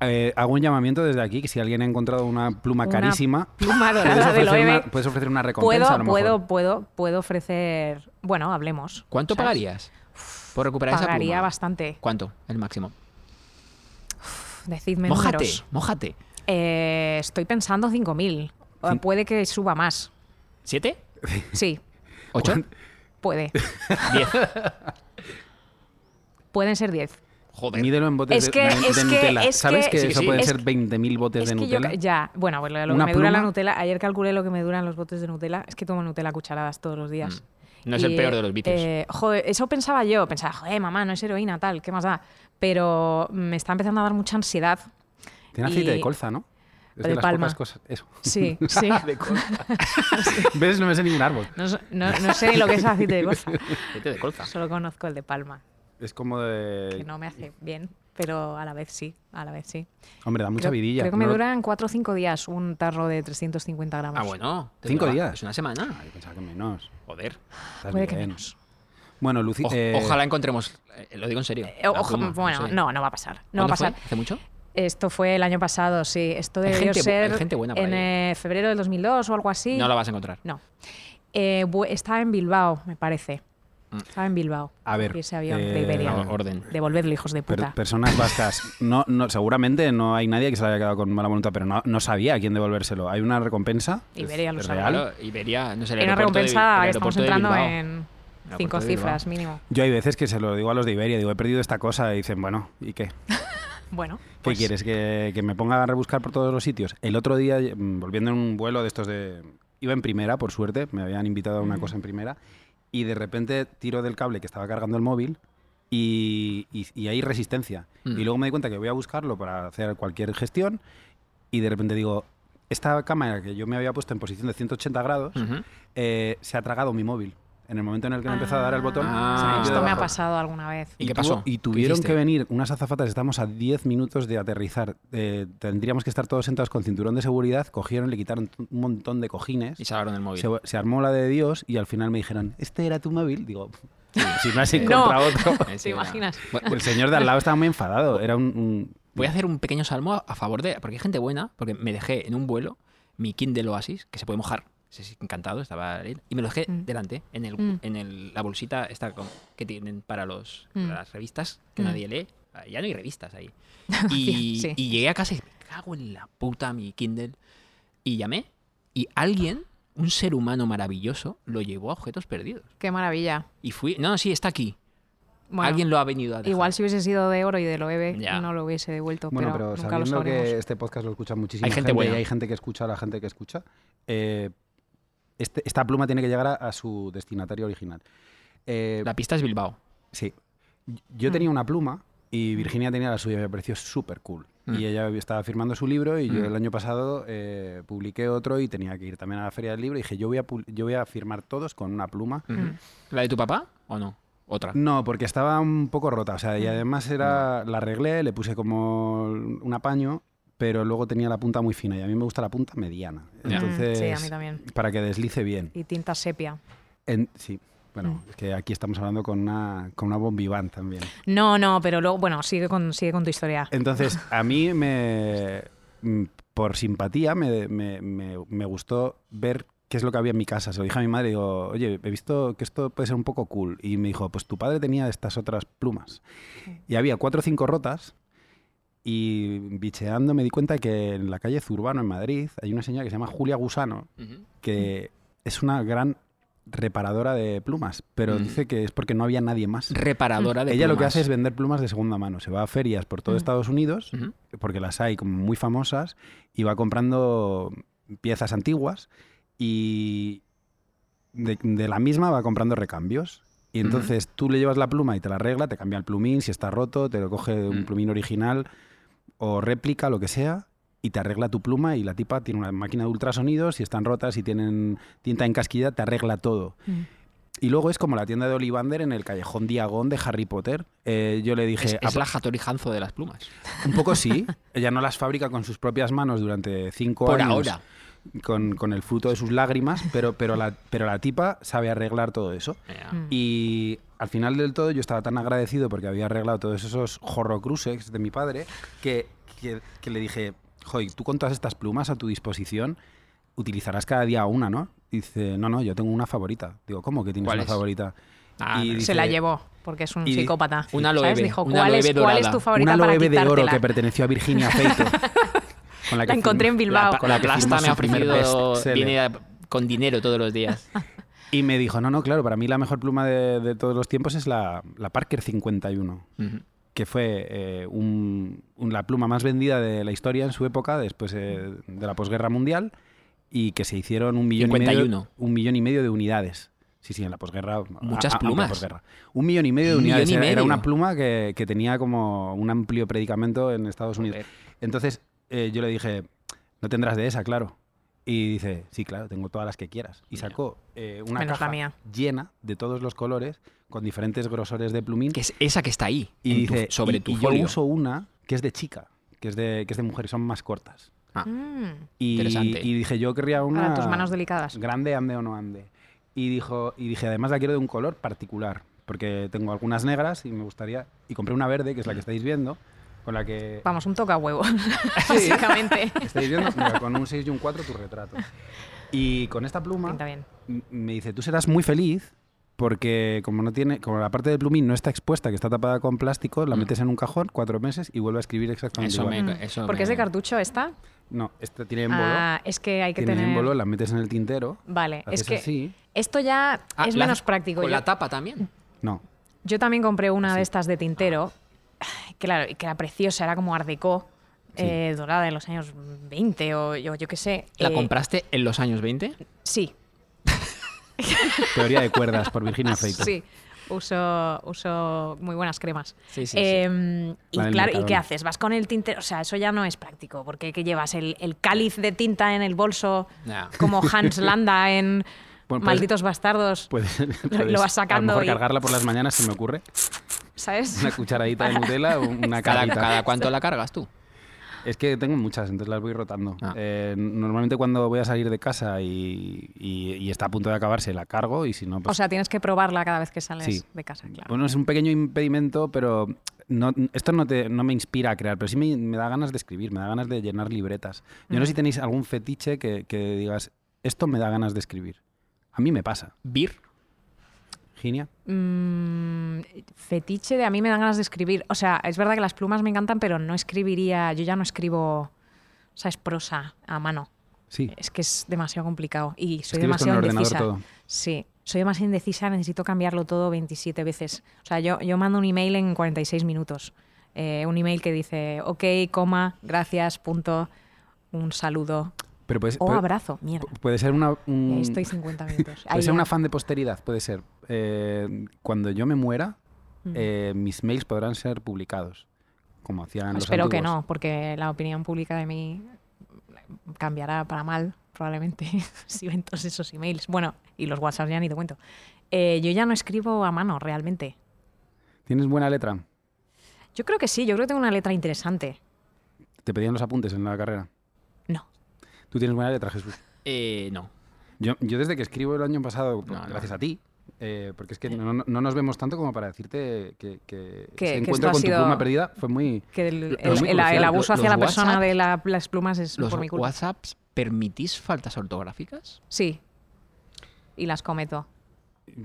S1: Eh, hago un llamamiento desde aquí, que si alguien ha encontrado una pluma
S3: Una
S1: carísima,
S3: pluma
S1: puedes
S3: dorada de
S1: ofrecer,
S3: Loewe.
S1: una, puedes ofrecer una recompensa. a
S3: Puedo,
S1: lo mejor.
S3: puedo, puedo, puedo ofrecer. Bueno, hablemos.
S2: ¿Cuánto
S3: ¿sabes?
S2: pagarías por recuperar esa
S3: Pagaría
S2: pluma?
S3: bastante.
S2: ¿Cuánto? El máximo.
S3: Decidme
S2: mójate,
S3: números.
S2: mójate.
S3: Eh, estoy pensando 5.000. O
S1: Cin-
S3: Puede que suba más.
S2: ¿Siete?
S3: Sí,
S2: ¿Ocho?
S3: puede.
S2: ¿Diez?
S3: Pueden ser 10.
S2: Joder.
S1: Mídelo en botes
S3: Es
S1: de-
S3: que-
S1: de,
S3: es
S1: de
S3: que-
S1: Nutella.
S3: es
S1: ¿Sabes
S3: que-
S1: que,
S2: Sí,
S1: eso
S2: sí.
S1: puede
S3: es
S1: ser 20.000 botes
S3: Es
S1: de
S3: que yo,
S1: Nutella?
S3: ya, bueno, bueno, lo que
S1: ¿Una
S3: me dura la
S1: pluma?
S3: Nutella, ayer calculé lo que me duran los botes de Nutella, es que tomo Nutella a cucharadas todos los días.
S2: Mm. No es el peor de los vicios.
S3: eh, joder, eso pensaba yo, pensaba, joder, mamá, no es heroína, tal, ¿qué más da? Pero me está empezando a dar mucha ansiedad.
S1: Tiene aceite de
S3: y-
S1: colza, ¿no? Es
S3: de
S1: las
S3: palma.
S1: pocas cosas. Eso.
S3: Sí, sí.
S1: de colza. ¿Ves? No me sé ningún árbol.
S3: No, sé- no- no sé lo que es aceite de colza,
S2: Siete de colza.
S3: solo conozco el de palma,
S1: Es como
S3: que
S1: de.
S3: no me hace bien, pero a la vez sí, a la vez sí.
S1: Hombre, da mucha
S3: creo,
S1: vidilla.
S3: creo que me
S1: No lo-
S3: duran 4 o 5 días un tarro de 350 gramos.
S2: Ah, bueno. te
S1: Cinco
S2: duraba-
S1: días.
S2: Es una semana.
S1: Ah, yo pensaba que menos.
S2: Joder.
S1: Estás
S3: Puede que
S1: bien.
S3: menos.
S1: Bueno, Lucy.
S2: O-
S1: eh,
S2: Ojalá encontremos. eh, Lo digo en serio.
S3: Eh,
S2: la
S3: ojo,
S2: pluma,
S3: bueno,
S2: sé.
S3: no, no va a pasar. No va
S2: ¿Cuándo
S3: a pasar.
S2: Fue? ¿Hace mucho?
S3: Esto fue el año pasado, sí. Esto
S2: Hay
S3: debió
S2: gente bu-
S3: ser
S2: hay gente buena por
S3: en
S2: ahí.
S3: eh, febrero del 2002 o algo así.
S2: No la vas a encontrar.
S3: No. Eh, bu- estaba en Bilbao, me parece.
S2: Mm.
S3: Estaba en Bilbao.
S1: A ver,
S3: Y ese avión
S1: eh,
S3: de Iberia.
S2: No, orden.
S3: Devolvedlo, hijos de
S1: per-
S3: puta.
S1: personas vascas. No, no, seguramente no hay nadie que se le haya quedado con mala voluntad, pero no, no sabía a quién devolvérselo. ¿Hay una recompensa?
S3: Iberia lo
S1: ¿Es
S3: sabe.
S1: real?
S2: Claro, Iberia, no sé, el
S3: Era una
S2: aeropuerto de-
S3: recompensa,
S2: el
S3: estamos
S2: aeropuerto de
S3: entrando
S2: Bilbao.
S3: en
S2: El aeropuerto
S3: cinco
S2: de Bilbao.
S3: cifras mínimo.
S1: Yo hay veces que se lo digo a los de Iberia, digo, he perdido esta cosa, y dicen, bueno, ¿y qué?
S3: Bueno,
S1: ¿Qué
S3: pues,
S1: quieres? ¿Que, que me ponga a rebuscar por todos los sitios? El otro día, mm, volviendo en un vuelo de estos de... Iba en primera, por suerte, me habían invitado a una
S3: Ujú.
S1: cosa en primera, y de repente tiro del cable que estaba cargando el móvil y, y- y hay resistencia.
S2: Mm.
S1: Y luego me di cuenta que voy a buscarlo para hacer cualquier gestión y de repente digo, esta cámara que yo me había puesto en posición de 180 grados,
S3: Mm.
S2: Ujú.
S1: eh, se ha tragado mi móvil. En el momento en el que me empezó a dar el botón...
S3: Ah,
S1: se me
S2: Ah.
S1: quedó
S3: esto me ha
S1: abajo.
S3: pasado alguna vez.
S2: ¿Y qué
S1: tuvo-
S2: pasó?
S1: Y
S2: ¿Qué
S1: tuvieron que
S2: hiciste?
S1: venir unas azafatas, estamos a 10 minutos de aterrizar. eh, tendríamos que estar todos sentados con cinturón de seguridad. Cogieron, le quitaron t- un montón de cojines.
S2: Y salvaron el móvil.
S1: Se, se armó la de Dios y al final me dijeron, ¿este era tu móvil? Digo, si me has
S2: No.
S1: encontrado otro.
S2: Eh,
S3: ¿Te
S2: sí, era-
S3: imaginas?
S2: Bueno,
S1: El señor de al lado estaba muy enfadado. Era un. un-
S2: Voy a hacer un pequeño salmo a- a favor de. Porque hay gente buena, porque me dejé en un vuelo mi Kindle Oasis, que se puede mojar. Sí, sí, encantado, estaba ahí, Y me lo dejé
S3: Mm.
S2: delante, en, el,
S3: Mm.
S2: en el- la bolsita esta con- que tienen para, los,
S3: Mm.
S2: para las revistas, que
S3: Mm.
S2: nadie lee. Ah, Ya no hay revistas ahí. Y,
S3: Sí.
S2: y llegué a casa y me cago en la puta mi Kindle. Y llamé. Y alguien, un ser humano maravilloso, lo llevó a objetos perdidos.
S3: Qué maravilla.
S2: Y fui. No, sí, está aquí.
S3: Bueno,
S2: alguien lo ha venido a dejar.
S3: igual si hubiese sido de oro y de Loewe,
S2: Ya.
S3: no lo hubiese devuelto,
S1: Bueno,
S3: pero,
S1: pero,
S3: nunca lo
S1: sabiendo
S3: sabremos.
S1: que este podcast lo escucha muchísima
S2: Hay gente buena.
S1: y hay gente que escucha a la gente que escucha, eh, este- esta pluma tiene que llegar a, a su destinatario original. Eh,
S2: La pista es Bilbao.
S1: Sí. Yo
S3: Mm.
S1: tenía una pluma y Virginia tenía la suya, me pareció súper cool.
S2: Mm.
S1: Y ella estaba firmando su libro y yo
S2: Mm.
S1: el año pasado eh, publiqué otro y tenía que ir también a la feria del libro y dije, yo voy a, pul- yo voy a firmar todos con una pluma.
S2: Ujú. ¿La de tu papá o no? Otra.
S1: No, porque estaba un poco rota, o sea,
S2: Mm.
S1: y además era, la arreglé, le puse como un apaño, pero luego tenía la punta muy fina y a mí me gusta la punta mediana.
S2: Ya.
S3: Mm,
S1: Entonces,
S3: sí, a mí también.
S1: para que deslice bien.
S3: Y tinta sepia.
S1: En- sí, bueno,
S3: Mm.
S1: es que aquí estamos hablando con una, con una bombiván también.
S3: No, no, pero luego, bueno, sigue con, sigue con tu historia.
S1: Entonces, a mí me. mm, Por simpatía, me, me- me- me gustó ver qué es lo que había en mi casa. Se lo dije a mi madre, digo, oye, he visto que esto puede ser un poco cool. Y me dijo, pues tu padre tenía estas otras plumas. Y había cuatro o cinco rotas. Y bicheando me di cuenta que en la calle Zurbano, en Madrid, hay una señora que se llama Julia Gusano,
S2: Ujú.
S1: que es una gran reparadora de plumas, pero
S2: Mm.
S1: dice que es porque no había nadie más.
S2: Reparadora de
S1: Ella lo que
S2: plumas.
S1: hace es vender plumas de segunda mano. Se va a ferias por todo
S3: Mm.
S1: Estados Unidos,
S2: Ujú.
S1: porque las hay como muy famosas, y va comprando piezas antiguas y de, de la misma va comprando recambios. Y entonces tú le llevas la pluma y te la arregla, te cambia el plumín, si está roto, te lo coge un
S2: Mm.
S1: plumín original o réplica, lo que sea, y te arregla tu pluma y la tipa tiene una máquina de ultrasonidos, si están rotas, si tienen tinta encasquillada, te arregla todo.
S3: Mm.
S1: Y luego es como la tienda de Olivander en el callejón Diagón de Harry Potter. Eh, yo le dije,
S2: Es, es
S1: "Apla-
S2: la Hattori Hanzo de las plumas.
S1: un poco sí, ella no las fabrica con sus propias manos durante cinco
S2: Por
S1: años
S2: ahora.
S1: Con, con el fruto de sus lágrimas, pero, pero, la, pero la tipa sabe arreglar todo eso.
S2: Mira.
S3: Mm.
S1: Y al final del todo yo estaba tan agradecido porque había arreglado todos esos horrocruces de mi padre que, que- que le dije, joy, tú con todas estas plumas a tu disposición utilizarás cada día una, ¿no? Dice, no, no, yo tengo una favorita. Digo, ¿cómo que tienes
S2: ¿Cuál
S1: una
S2: es?
S1: favorita?
S2: Ah, no.
S1: dice,
S3: Se la llevó, porque es un
S1: y di-
S3: psicópata.
S2: un aloe
S3: ¿sabes?
S2: ve,
S3: Dijo,
S2: un
S3: ¿cuál,
S2: aloe
S3: es,
S2: ve
S3: cuál es
S2: dorada.
S3: tu favorita
S1: una
S3: para
S1: aloe de oro
S3: quitártela?
S1: que perteneció a Virginia Feito. con
S3: La encontré en
S1: firmó-
S3: Bilbao.
S2: La,
S1: con
S2: la
S1: que firmó
S2: plasta me
S1: su
S2: ha
S1: primer
S2: ofrecido
S1: bestseller.
S2: dinero- con dinero todos los días.
S1: Y me dijo, no, no, claro, para mí la mejor pluma de, de todos los tiempos es la, la Parker 51.
S2: Ujú.
S1: que fue eh, un- un- la pluma más vendida de la historia en su época, después eh, de la posguerra mundial, y que se hicieron un millón, Y,
S2: 51.
S1: medio, un millón y medio de unidades. Sí, sí, en la posguerra.
S2: Muchas
S1: amplia
S2: plumas.
S1: posguerra. Un millón y medio de
S2: Un millón
S1: unidades.
S2: y
S1: Era, era
S2: medio.
S1: una pluma que, que tenía como un amplio predicamento en Estados Unidos.
S2: Joder.
S1: Entonces eh, yo le dije, no tendrás de esa, claro. Y dice, sí, claro, tengo todas las que quieras. Y
S2: Mira.
S1: sacó eh, una
S3: Menos la
S1: caja
S3: mía.
S1: llena de todos los colores, con diferentes grosores de plumín.
S2: Que es esa que está ahí,
S1: Y
S2: en tu-
S1: dice,
S2: sobre
S1: y-
S2: tu
S1: y
S2: folio.
S1: yo uso una que es de chica, que es de, que es de mujer y son más cortas.
S2: Ah,
S3: Mm,
S1: Y,
S2: Interesante.
S1: y dije, yo querría una...
S3: Para tus manos delicadas.
S1: Grande, ande o no ande. Y, dijo, y dije, además la quiero de un color particular, porque tengo algunas negras y me gustaría... Y compré una verde, que es la que estáis viendo, con la que...
S3: Vamos, un toca huevo, básicamente.
S1: Estáis viendo, mira, con un 6 y un 4 tu retrato. Y con esta pluma
S3: Pinta bien.
S1: m- me dice, tú serás muy feliz porque como no tiene como la parte del plumín no está expuesta, que está tapada con plástico, la
S2: Mm.
S1: metes en un cajón cuatro meses y vuelve a escribir exactamente
S2: Eso
S1: igual.
S2: me-
S3: Mm, Porque
S2: me-
S3: es de cartucho esta.
S1: No, esta tiene émbolo.
S3: Ah, es que hay que
S1: tiene
S3: tener.
S1: émbolo, la metes en el tintero.
S3: Vale, es
S1: haces
S3: que
S1: así.
S3: esto ya
S2: Ah,
S3: es
S2: la-
S3: menos práctico.
S2: Con
S3: Yo-
S2: la tapa también.
S1: No.
S3: Yo también compré una de estas de tintero, que, claro, y que era preciosa, era como Art Deco, eh, dorada de los años 20 o yo, yo qué sé.
S2: ¿La
S3: eh,
S2: compraste en los años 20?
S3: Sí,
S1: Teoría de cuerdas por Virginia Feito.
S3: sí. Uso, uso muy buenas cremas.
S2: Sí, sí,
S3: Eh, Y
S1: La del
S3: claro, ¿y
S1: Mercadona.
S3: qué haces? ¿Vas con el tintero? O sea, eso ya no es práctico, porque que llevas el, el cáliz de tinta en el bolso,
S2: Ya.
S3: como Hans Landa en
S1: Bueno, pues-
S3: Malditos Bastardos,
S1: Puedes,
S3: lo vas sacando
S1: A lo mejor
S3: y-
S1: cargarla por las mañanas se me ocurre.
S3: ¿sabes?
S1: pues, Una cucharadita de Nutella o una
S2: ¿Cada,
S1: carita.
S2: cada cuánto la cargas tú?
S1: Es que tengo muchas, entonces las voy rotando.
S2: Ah.
S1: Eh, normalmente cuando voy a salir de casa y, y- y está a punto de acabarse, la cargo y si no, pues
S3: O sea, tienes que probarla cada vez que sales
S1: Sí.
S3: de casa, claro.
S1: Bueno, es un pequeño impedimento, pero no- esto no, te- no me inspira a crear, pero sí me, me da ganas de escribir, me da ganas de llenar libretas. Yo no sé si tenéis algún fetiche que, que digas, esto me da ganas de escribir. A mí me pasa.
S2: ¿Bir?
S1: Ginia.
S3: Mm, fetiche de a mí me dan ganas de escribir. O sea, es verdad que las plumas me encantan, pero no escribiría. Yo ya no escribo. O sea, es prosa a mano.
S1: Sí.
S3: Es que es demasiado complicado. Y soy
S1: Escribes
S3: demasiado
S1: con el ordenador
S3: indecisa.
S1: todo.
S3: Sí, soy demasiado indecisa, necesito cambiarlo todo 27 veces. O sea, yo, yo mando un email en 46 minutos. Eh, un email que dice, ok, coma, gracias, punto, un saludo.
S1: Pero puede,
S3: O
S1: puede-
S3: abrazo, mierda.
S1: puede ser una,
S3: Y
S1: un,
S3: ahí estoy 50 minutos.
S1: puede
S3: Ahí
S1: ser un
S3: ya.
S1: afán de posteridad, puede ser. Eh, cuando yo me muera,
S3: Mm.
S1: eh, mis mails podrán ser publicados, como hacían los
S3: Ah, Espero que
S1: antiguos.
S3: no, porque la opinión pública de mí cambiará para mal, probablemente, si ven todos esos emails. Bueno, y los WhatsApp ya ni te cuento. Eh, yo ya no escribo a mano, realmente.
S1: ¿Tienes buena letra?
S3: Yo creo que sí, yo creo que tengo una letra interesante.
S1: Te pedían los apuntes en la carrera.
S3: No.
S1: ¿Tú tienes buena letra, Jesús?
S2: Eh, no.
S1: Yo, yo desde que escribo el año pasado, pues,
S2: No, no.
S1: gracias a ti, eh, porque es que no, no- no nos vemos tanto como para decirte que, que
S3: Que- que
S1: ese
S3: esto ha
S1: encuentro con tu
S3: sido-
S1: pluma perdida fue muy...
S3: Que el,
S1: Pero es
S3: el-
S1: muy
S3: el- el
S1: crucial.
S3: abuso hacia
S2: Los
S3: la persona
S2: WhatsApp-
S3: de la- las plumas es
S2: ¿Los
S3: por mi culpa.
S2: WhatsApps permitís faltas ortográficas?
S3: Sí. Y las cometo.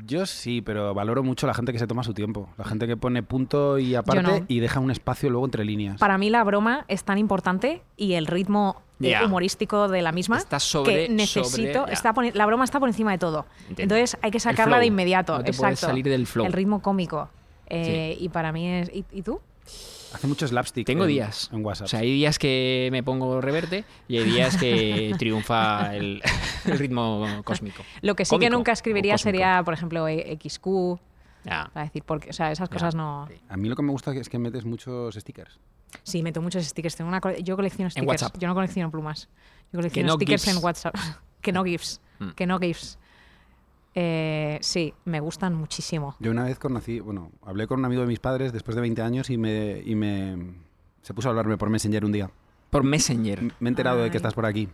S1: Yo sí, pero valoro mucho la gente que se toma su tiempo, la gente que pone punto y aparte
S3: no.
S1: y deja un espacio luego entre líneas.
S3: Para mí la broma es tan importante y el ritmo eh,
S2: Ya.
S3: humorístico de la misma
S2: Está sobre-
S3: que necesito.
S2: sobre- ya.
S3: está por- la broma está por encima de todo.
S2: Entiendo.
S3: Entonces hay que
S2: El
S3: sacarla de
S2: flow.
S3: inmediato.
S2: No te puedes
S3: exacto.
S2: salir del flow.
S3: El ritmo cómico. Eh, Y para mí es. ¿Y, y tú?
S1: Hace muchos slapstick
S2: Tengo
S1: en-
S2: días.
S1: en WhatsApp.
S2: O sea, hay días que me pongo reverte y hay días que triunfa el, el ritmo cósmico.
S3: Lo que sí que
S2: Cómico
S3: nunca
S2: o
S3: escribiría
S2: cósmico.
S3: sería, por ejemplo, e- XQ
S2: Ya.
S3: Para decir, porque, o sea, esas cosas no.
S2: Sí.
S1: A mí lo que me gusta es que metes muchos stickers.
S3: Sí, meto muchos stickers. Tengo una cole- yo colecciono stickers.
S2: WhatsApp.
S3: Yo no colecciono plumas. Yo colecciono
S2: no
S3: stickers
S2: gifs.
S3: en WhatsApp. que no GIFs.
S2: Mm.
S3: Que no GIFs. Eh, sí, me gustan muchísimo.
S1: Yo una vez conocí, bueno, hablé con un amigo de mis padres después de 20 años y me, y me se puso a hablarme por Messenger un día.
S2: Por Messenger.
S1: M- Me he enterado de
S3: Ay.
S1: que estás por aquí.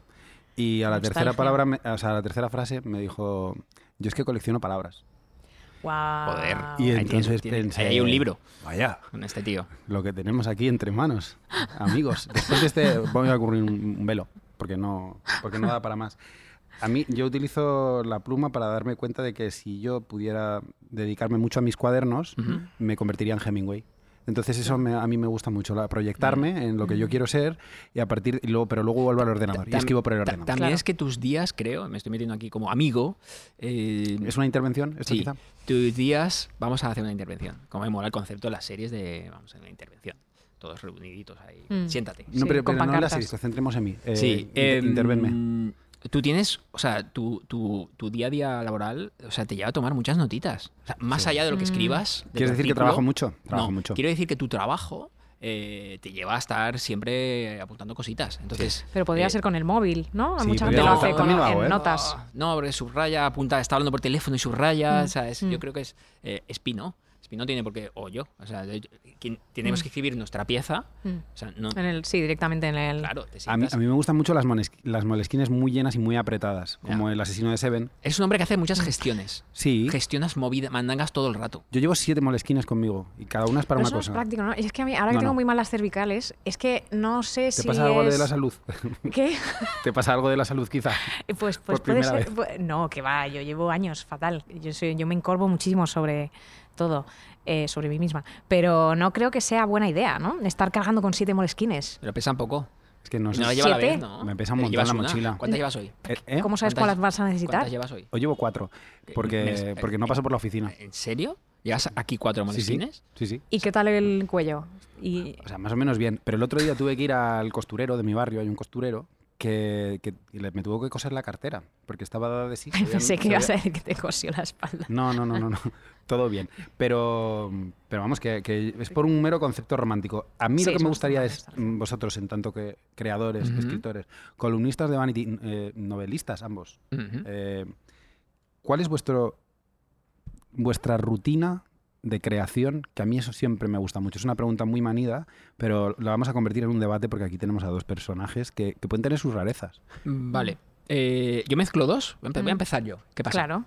S1: Y a la
S3: Nostalgia.
S1: tercera palabra, me- o sea, a la tercera frase me dijo, yo es que colecciono palabras.
S3: Wow.
S1: Y
S2: Joder. Ahí tienes-
S1: entonces
S2: tienes-
S1: pensé,
S2: ahí hay un libro.
S1: Vaya,
S2: Con este tío.
S1: lo que tenemos aquí entre manos, amigos. Después de este voy a ocurrir un, un velo, porque no, porque no da para más. A mí, yo utilizo la pluma para darme cuenta de que si yo pudiera dedicarme mucho a mis cuadernos,
S2: Ujú.
S1: me convertiría en Hemingway. Entonces eso me- a mí me gusta mucho, la- proyectarme en lo que yo quiero ser y a partir y luego, pero luego vuelvo al ordenador y
S2: Tam-
S1: escribo por el
S2: ta-
S1: ordenador.
S2: También
S3: Claro.
S2: es que tus días, creo, me estoy metiendo aquí como amigo. eh,
S1: ¿Es una intervención esto
S2: sí,
S1: quizá?
S2: tus días, vamos a hacer una intervención. Como me mola el concepto de las series de, vamos a hacer una intervención. Todos reuniditos ahí.
S3: Mm.
S2: Siéntate.
S1: No,
S3: Sí,
S1: pero,
S3: con
S1: pero no
S3: pancartas.
S1: las concentremos en mí. Eh,
S2: sí,
S1: in- intervenme.
S2: em, Tú tienes, o sea, tu, tu, tu día a día laboral, o sea, te lleva a tomar muchas notitas. O sea, más allá de lo que
S3: Mm.
S2: escribas. del
S1: ¿Quieres decir que
S2: artículo,
S1: trabajo mucho? Trabajo
S2: no,
S1: mucho.
S2: Quiero decir que tu trabajo eh, te lleva a estar siempre apuntando cositas. Entonces,
S3: Pero podría
S2: eh,
S3: ser con el móvil, ¿no?
S1: sí,
S3: Mucha
S1: podría
S3: gente lo
S2: ser.
S3: hace con,
S1: También lo hago,
S3: en
S1: ¿eh?
S3: notas.
S2: No, porque subraya, apunta, está hablando por teléfono y subraya.
S3: Mm,
S2: o sea, es-
S3: mm.
S2: Yo creo que es eh, Espino. Espino tiene porque, o yo, o sea, yo- quien- tenemos
S3: Mm.
S2: que escribir nuestra pieza.
S3: Mm.
S2: O sea, no,
S3: En el, sí, directamente en el.
S2: claro, te
S1: A mí,
S2: sientas-
S1: a mí me gustan mucho las, mones- las molesquines muy llenas y muy apretadas,
S2: Ya.
S1: como el asesino de Seven.
S2: Eres un hombre que hace muchas gestiones.
S1: Sí.
S2: Gestionas movidas, mandangas todo el rato.
S1: Yo llevo siete molesquines conmigo y cada una es para una
S3: Pero eso no
S1: cosa.
S3: es práctico, ¿no? Y Es que a mí, ahora que
S1: No,
S3: tengo
S1: no.
S3: muy malas cervicales, es que no sé
S1: ¿Te
S3: si.
S1: pasa algo
S3: es...
S1: de la salud?
S3: ¿Qué?
S1: ¿Te pasa algo de la salud quizá?
S3: Eh, Pues,
S1: Por
S3: pues puede
S1: primera
S3: ser.
S1: vez.
S3: pu- No, que va, yo llevo años fatal. Yo, soy- yo me encorvo muchísimo sobre todo, eh, sobre mí misma. Pero no creo que sea buena idea, ¿no? Estar cargando con siete molesquines.
S2: Pero pesan poco.
S1: Es que no
S2: No,
S1: sé.
S2: la lleva a la
S3: ¿Siete?
S2: vez, ¿no?
S1: Me pesa un
S2: Eh,
S1: montón
S2: llevas
S1: la
S2: una.
S1: mochila.
S2: ¿Cuántas llevas hoy?
S1: Eh, ¿eh?
S3: ¿Cómo sabes
S2: ¿Cuántas-
S3: cuáles vas a necesitar?
S2: ¿Cuántas llevas hoy?
S1: Hoy llevo cuatro, porque,
S2: Eh, me- eh.
S1: porque no paso por la oficina.
S2: ¿En serio? ¿Llegas aquí cuatro
S1: Ah. Sí, sí,
S2: molestines?
S1: sí, sí.
S3: ¿Y qué tal el cuello? Y...
S1: O sea, más o menos bien. Pero el otro día tuve que ir al costurero de mi barrio, hay un costurero, que, que le- me tuvo que coser la cartera, porque estaba dada de sí. se habían-
S3: Pensé que
S1: se
S3: ibas a
S1: había-
S3: decir que te cosió la espalda.
S1: No, no, no, no, no. Todo bien. Pero, pero vamos, que, que es por un mero concepto romántico. A mí
S3: Sí,
S1: lo que
S3: es
S1: me
S3: bastante
S1: gustaría es,
S3: romántico.
S1: mm, vosotros, en tanto que creadores,
S2: Ujú.
S1: escritores, columnistas de Vanity, eh, novelistas ambos,
S2: Ujú.
S1: eh, ¿cuál es vuestro, vuestra rutina de creación? Que a mí eso siempre me gusta mucho. Es una pregunta muy manida, pero la vamos a convertir en un debate porque aquí tenemos a dos personajes que, que pueden tener sus rarezas.
S2: Vale. Eh, yo mezclo dos. Voy a empe- voy a empezar yo. ¿Qué pasa?
S3: Claro.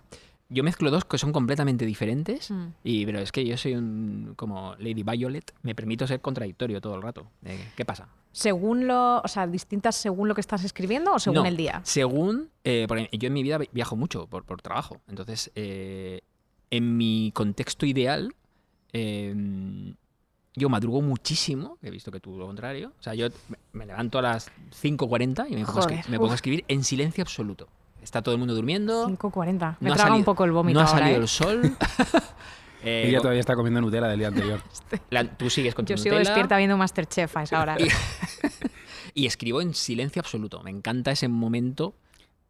S2: Yo mezclo dos que son completamente diferentes.
S3: Mm.
S2: Y, pero es que yo soy un. Como Lady Violet, me permito ser contradictorio todo el rato. Eh, ¿Qué pasa?
S3: Según lo. O sea, distintas según lo que estás escribiendo o según
S2: No,
S3: el día.
S2: Según. eh, porque yo en mi vida vi- viajo mucho por, por trabajo. Entonces, eh, en mi contexto ideal, eh, yo madrugo muchísimo. He visto que tú lo contrario. O sea, yo me- me levanto a las 5.40 y me pongo, a escri-
S3: Joder,
S2: me pongo
S3: uf.
S2: a escribir en silencio absoluto. Está todo el mundo durmiendo.
S3: 5.40. Me
S2: No ha
S3: traga un
S2: salido-
S3: poco el vómito
S2: No ha
S3: ahora.
S2: salido
S3: ¿eh?
S2: el sol. Eh,
S1: Ella todavía está comiendo Nutella del día anterior.
S2: la- tú sigues con tu
S3: Yo sigo
S2: Nutella
S3: despierta viendo Masterchef a esa hora.
S2: y escribo en silencio absoluto. Me encanta ese momento.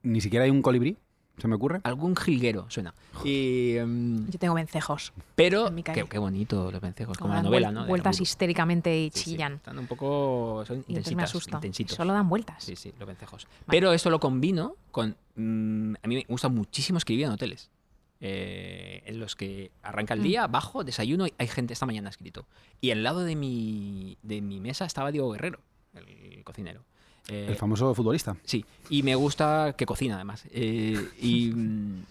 S1: Ni siquiera hay un colibrí, se me ocurre.
S2: Algún jilguero suena. Y, em,
S3: Yo tengo vencejos.
S2: pero
S3: En mi calle.
S2: qué, qué bonito los vencejos, como
S3: Ahora
S2: la
S3: Ah, dan
S2: novela,
S3: vuel-
S2: ¿no? De
S3: Vueltas
S2: Hamburgo.
S3: histéricamente y
S2: Sí, sí,
S3: chillan.
S2: Están un poco son
S3: Y entonces me
S2: intensitas,
S3: asusta.
S2: intensitos.
S3: Solo dan vueltas.
S2: Sí, sí, los vencejos. Pero esto lo combino con mm, a mí me gusta muchísimo escribir en hoteles. eh, en los que arranca el
S3: Mm.
S2: día, bajo, desayuno, y hay gente esta mañana ha escrito. Y al lado de mi, de mi mesa estaba Diego Guerrero, el cocinero. Eh,
S1: El famoso futbolista.
S2: Sí, y me gusta que cocina además. Eh, y, mm,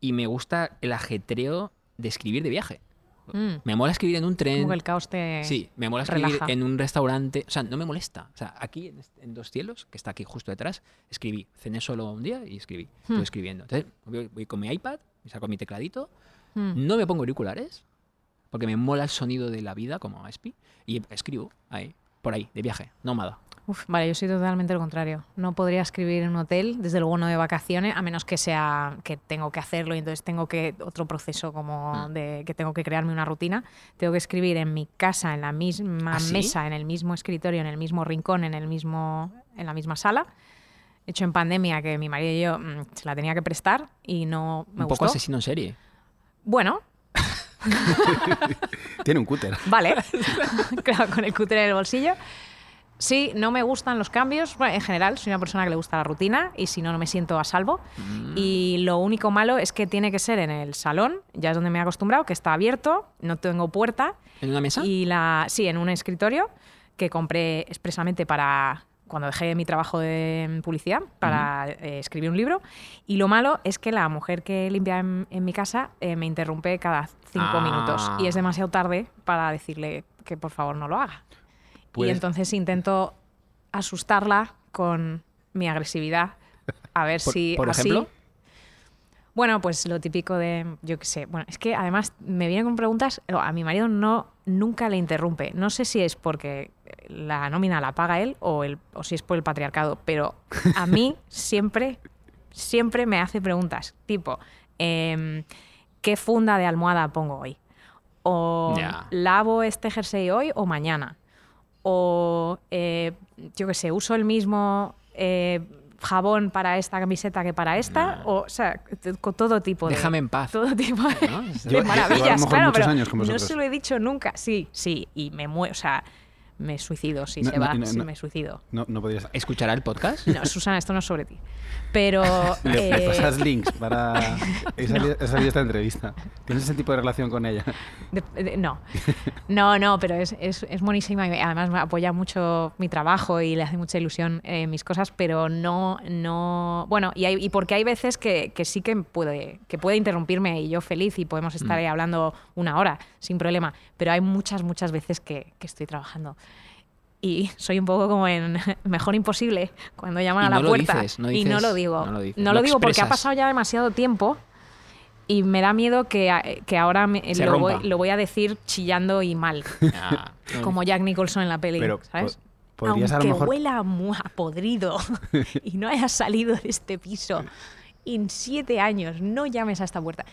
S2: y me gusta el ajetreo de escribir de viaje.
S3: Mm.
S2: Me mola escribir en un tren.
S3: Como que el caos te.
S2: Sí, me mola escribir
S3: relaja.
S2: en un restaurante. O sea, no me molesta. O sea, aquí en, este- en Dos Cielos, que está aquí justo detrás, escribí. Cené solo un día y escribí. Estoy
S3: Hmm.
S2: escribiendo. Entonces, voy, voy con mi iPad, me saco mi tecladito.
S3: Mm.
S2: No me pongo auriculares, porque me mola el sonido de la vida, como a Espi. Y escribo ahí, por ahí, de viaje, nómada.
S3: Uf, vale, yo soy totalmente lo contrario. No podría escribir en un hotel, desde luego no de vacaciones, a menos que sea que tengo que hacerlo y entonces tengo que otro proceso como
S2: Mm.
S3: de que tengo que crearme una rutina. Tengo que escribir en mi casa, en la misma
S2: ¿Ah, sí?
S3: mesa, en el mismo escritorio, en el mismo rincón, en el mismo en la misma sala. De hecho en pandemia que mi marido y yo mm, se la tenía que prestar y no me
S2: un poco
S3: gustó.
S2: asesino en serie.
S3: Bueno,
S1: Tiene un cúter.
S3: Vale, claro, con el cúter en el bolsillo. Sí, no me gustan los cambios. Bueno, en general, soy una persona que le gusta la rutina y si no, no me siento a salvo. Y lo único malo es que tiene que ser en el salón, ya es donde me he acostumbrado, que está abierto, no tengo puerta.
S2: ¿En una mesa?
S3: Y la, sí, en un escritorio que compré expresamente para cuando dejé mi trabajo de publicidad para eh, escribir un libro. Y lo malo es que la mujer que limpia en, en mi casa eh, me interrumpe cada cinco
S2: Ah.
S3: minutos y es demasiado tarde para decirle que por favor no lo haga. Y
S2: Pues
S1: Puedes-
S3: entonces intento asustarla con mi agresividad. A ver
S2: Por-
S3: si
S2: por
S3: así-
S2: ejemplo.
S3: Bueno, pues lo típico de, yo qué sé. Bueno, es que además me vienen con preguntas. o A mi marido no nunca le interrumpe. No sé si es porque la nómina la paga él o, el, o si es por el patriarcado, pero a mí siempre, siempre me hace preguntas. Tipo, em, ¿qué funda de almohada pongo hoy? O
S2: Ya.
S3: lavo este jersey hoy o mañana. O eh, yo qué sé, uso el mismo eh, jabón para esta camiseta que para esta. O, o sea, t- con todo tipo de.
S2: Déjame en paz.
S3: Todo tipo de,
S2: ¿No?
S3: de
S1: Yo- yo- yo a lo
S3: maravillas,
S1: mejor
S3: claro,
S1: muchos
S3: pero
S1: años con
S3: no
S1: vosotros.
S3: se lo he dicho nunca. Sí, sí, y me muero, o sea, me suicido si
S1: No,
S3: se
S1: no,
S3: va,
S1: no,
S3: si
S1: no.
S3: me suicido.
S1: No, no podrías.
S2: ¿Escuchará el podcast?
S3: No, Susana, esto no es sobre ti. Pero
S1: Le, le
S3: eh,
S1: pasas links para. He salido, he salido esta entrevista. ¿Tienes ese tipo de relación con ella?
S3: De- de- no, no, no, pero es, es, es buenísima y me- además me apoya mucho mi trabajo y le hace mucha ilusión eh, mis cosas, pero no, no, bueno, y, hay- y porque hay veces que, que sí que puede, que puede interrumpirme y yo feliz y podemos
S2: Mm.
S3: estar ahí hablando una hora sin problema, pero hay muchas, muchas veces que, que estoy trabajando. Y soy un poco como en Mejor Imposible, cuando llaman
S2: Y
S3: a la
S2: no lo
S3: puerta.
S2: dices, no
S3: y no
S2: dices-
S3: lo digo.
S2: no lo dices,
S3: No
S2: lo
S3: lo digo porque ha
S2: expresas.
S3: pasado ya demasiado tiempo y me da miedo que, a- que ahora me-
S2: Se
S3: lo,
S2: rompa.
S3: voy, lo voy a decir chillando y mal,
S2: Ah, no.
S3: como Jack Nicholson en la peli,
S1: Pero.
S3: ¿sabes?
S1: po- podrías a
S3: Aunque
S1: lo mejor.
S3: huela mu- a podrido y no hayas salido de este piso en siete años, no llames a esta puerta.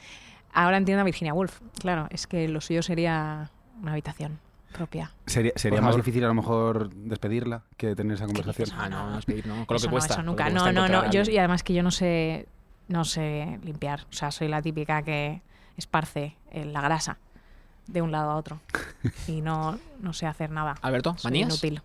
S3: Ahora entiendo a Virginia Woolf. Claro, es que lo suyo sería una habitación propia.
S1: Sería, sería
S2: Por
S1: más
S2: favor.
S1: difícil a lo mejor despedirla que tener esa conversación.
S2: Ah, no, no, Speed, no, con lo
S3: Eso
S2: que
S3: no,
S2: cuesta.
S3: eso
S2: con lo
S3: nunca.
S2: que
S3: No,
S2: cuesta
S3: no, no.
S2: encontrar a
S3: Yo,
S2: alguien.
S3: y además que yo no sé, no sé limpiar. O sea, soy la típica que esparce eh, la grasa de un lado a otro. Y no, no sé hacer nada.
S2: Alberto,
S3: Soy
S2: manías.
S3: inútil.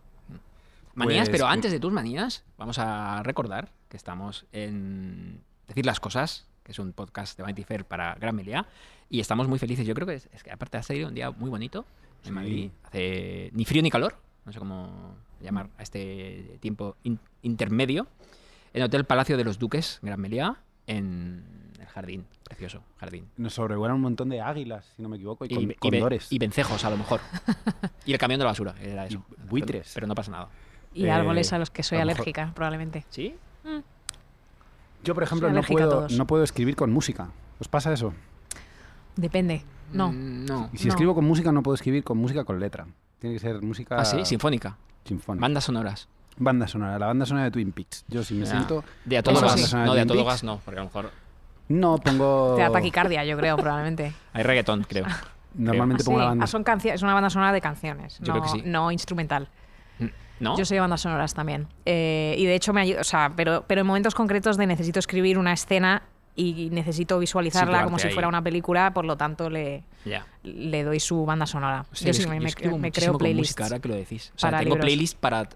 S2: Manías,
S1: Pues-
S2: pero antes de tus manías, vamos a recordar que estamos en Decir las Cosas, que es un podcast de Vanity Fair para Gran Meliá, y estamos muy felices. Yo creo que, es, es que aparte ha salido un día muy bonito en
S1: Sí.
S2: Madrid. Hace ni frío ni calor, no sé cómo llamar a este tiempo in- intermedio. En Hotel Palacio de los Duques, Gran Meliá, en el jardín, precioso jardín.
S1: Nos sobrevuelan un montón de águilas, si no me equivoco, y,
S2: Y,
S1: con,
S2: y ve-
S1: condores.
S2: y vencejos, a lo mejor. y el camión de la basura, era eso.
S1: Y buitres.
S2: Pero no pasa nada.
S3: Y
S1: Eh,
S3: árboles a los que soy
S1: a lo mejor-
S3: alérgica, probablemente.
S2: ¿Sí?
S1: Yo, por ejemplo,
S3: Soy
S1: no
S3: alérgica a
S1: puedo,
S3: todos.
S1: no puedo escribir con música. ¿Os pasa eso?
S3: Depende. No.
S2: Mm, No.
S1: Y si
S3: No.
S1: escribo con música, no puedo escribir con música con letra. Tiene que ser música
S2: Ah, sí, sinfónica.
S1: sinfónica.
S2: Bandas sonoras.
S1: Banda sonora, la banda sonora de Twin Peaks. Yo si me
S2: Ya.
S1: siento...
S2: De a todo
S3: Eso
S2: gas.
S3: sí.
S2: No, de a todo
S1: Olympics.
S2: gas no, porque a lo mejor
S1: No pongo...
S3: Te da taquicardia, yo creo, probablemente.
S2: hay reggaetón, creo.
S1: Normalmente
S3: Ah,
S1: pongo
S3: sí.
S1: la banda...
S3: Ah, son cancio- es una banda sonora de canciones,
S2: Yo
S3: no,
S2: creo que sí.
S3: no instrumental.
S2: Mm. ¿No?
S3: Yo soy de bandas sonoras también. Eh, y de hecho me ayuda, o sea, pero, pero en momentos concretos de necesito escribir una escena y necesito visualizarla
S2: Situarte
S3: como si
S2: ahí.
S3: fuera una película, por lo tanto le,
S2: Ya.
S3: le doy su banda sonora.
S2: Hostia,
S3: yo
S2: es
S3: sí
S2: que
S3: me, me-
S2: escribo
S3: me
S2: muchísimo
S3: creo
S2: con
S3: playlists.
S2: música, ahora que lo decís. O sea,
S3: para
S2: tengo
S3: libros.
S2: playlists para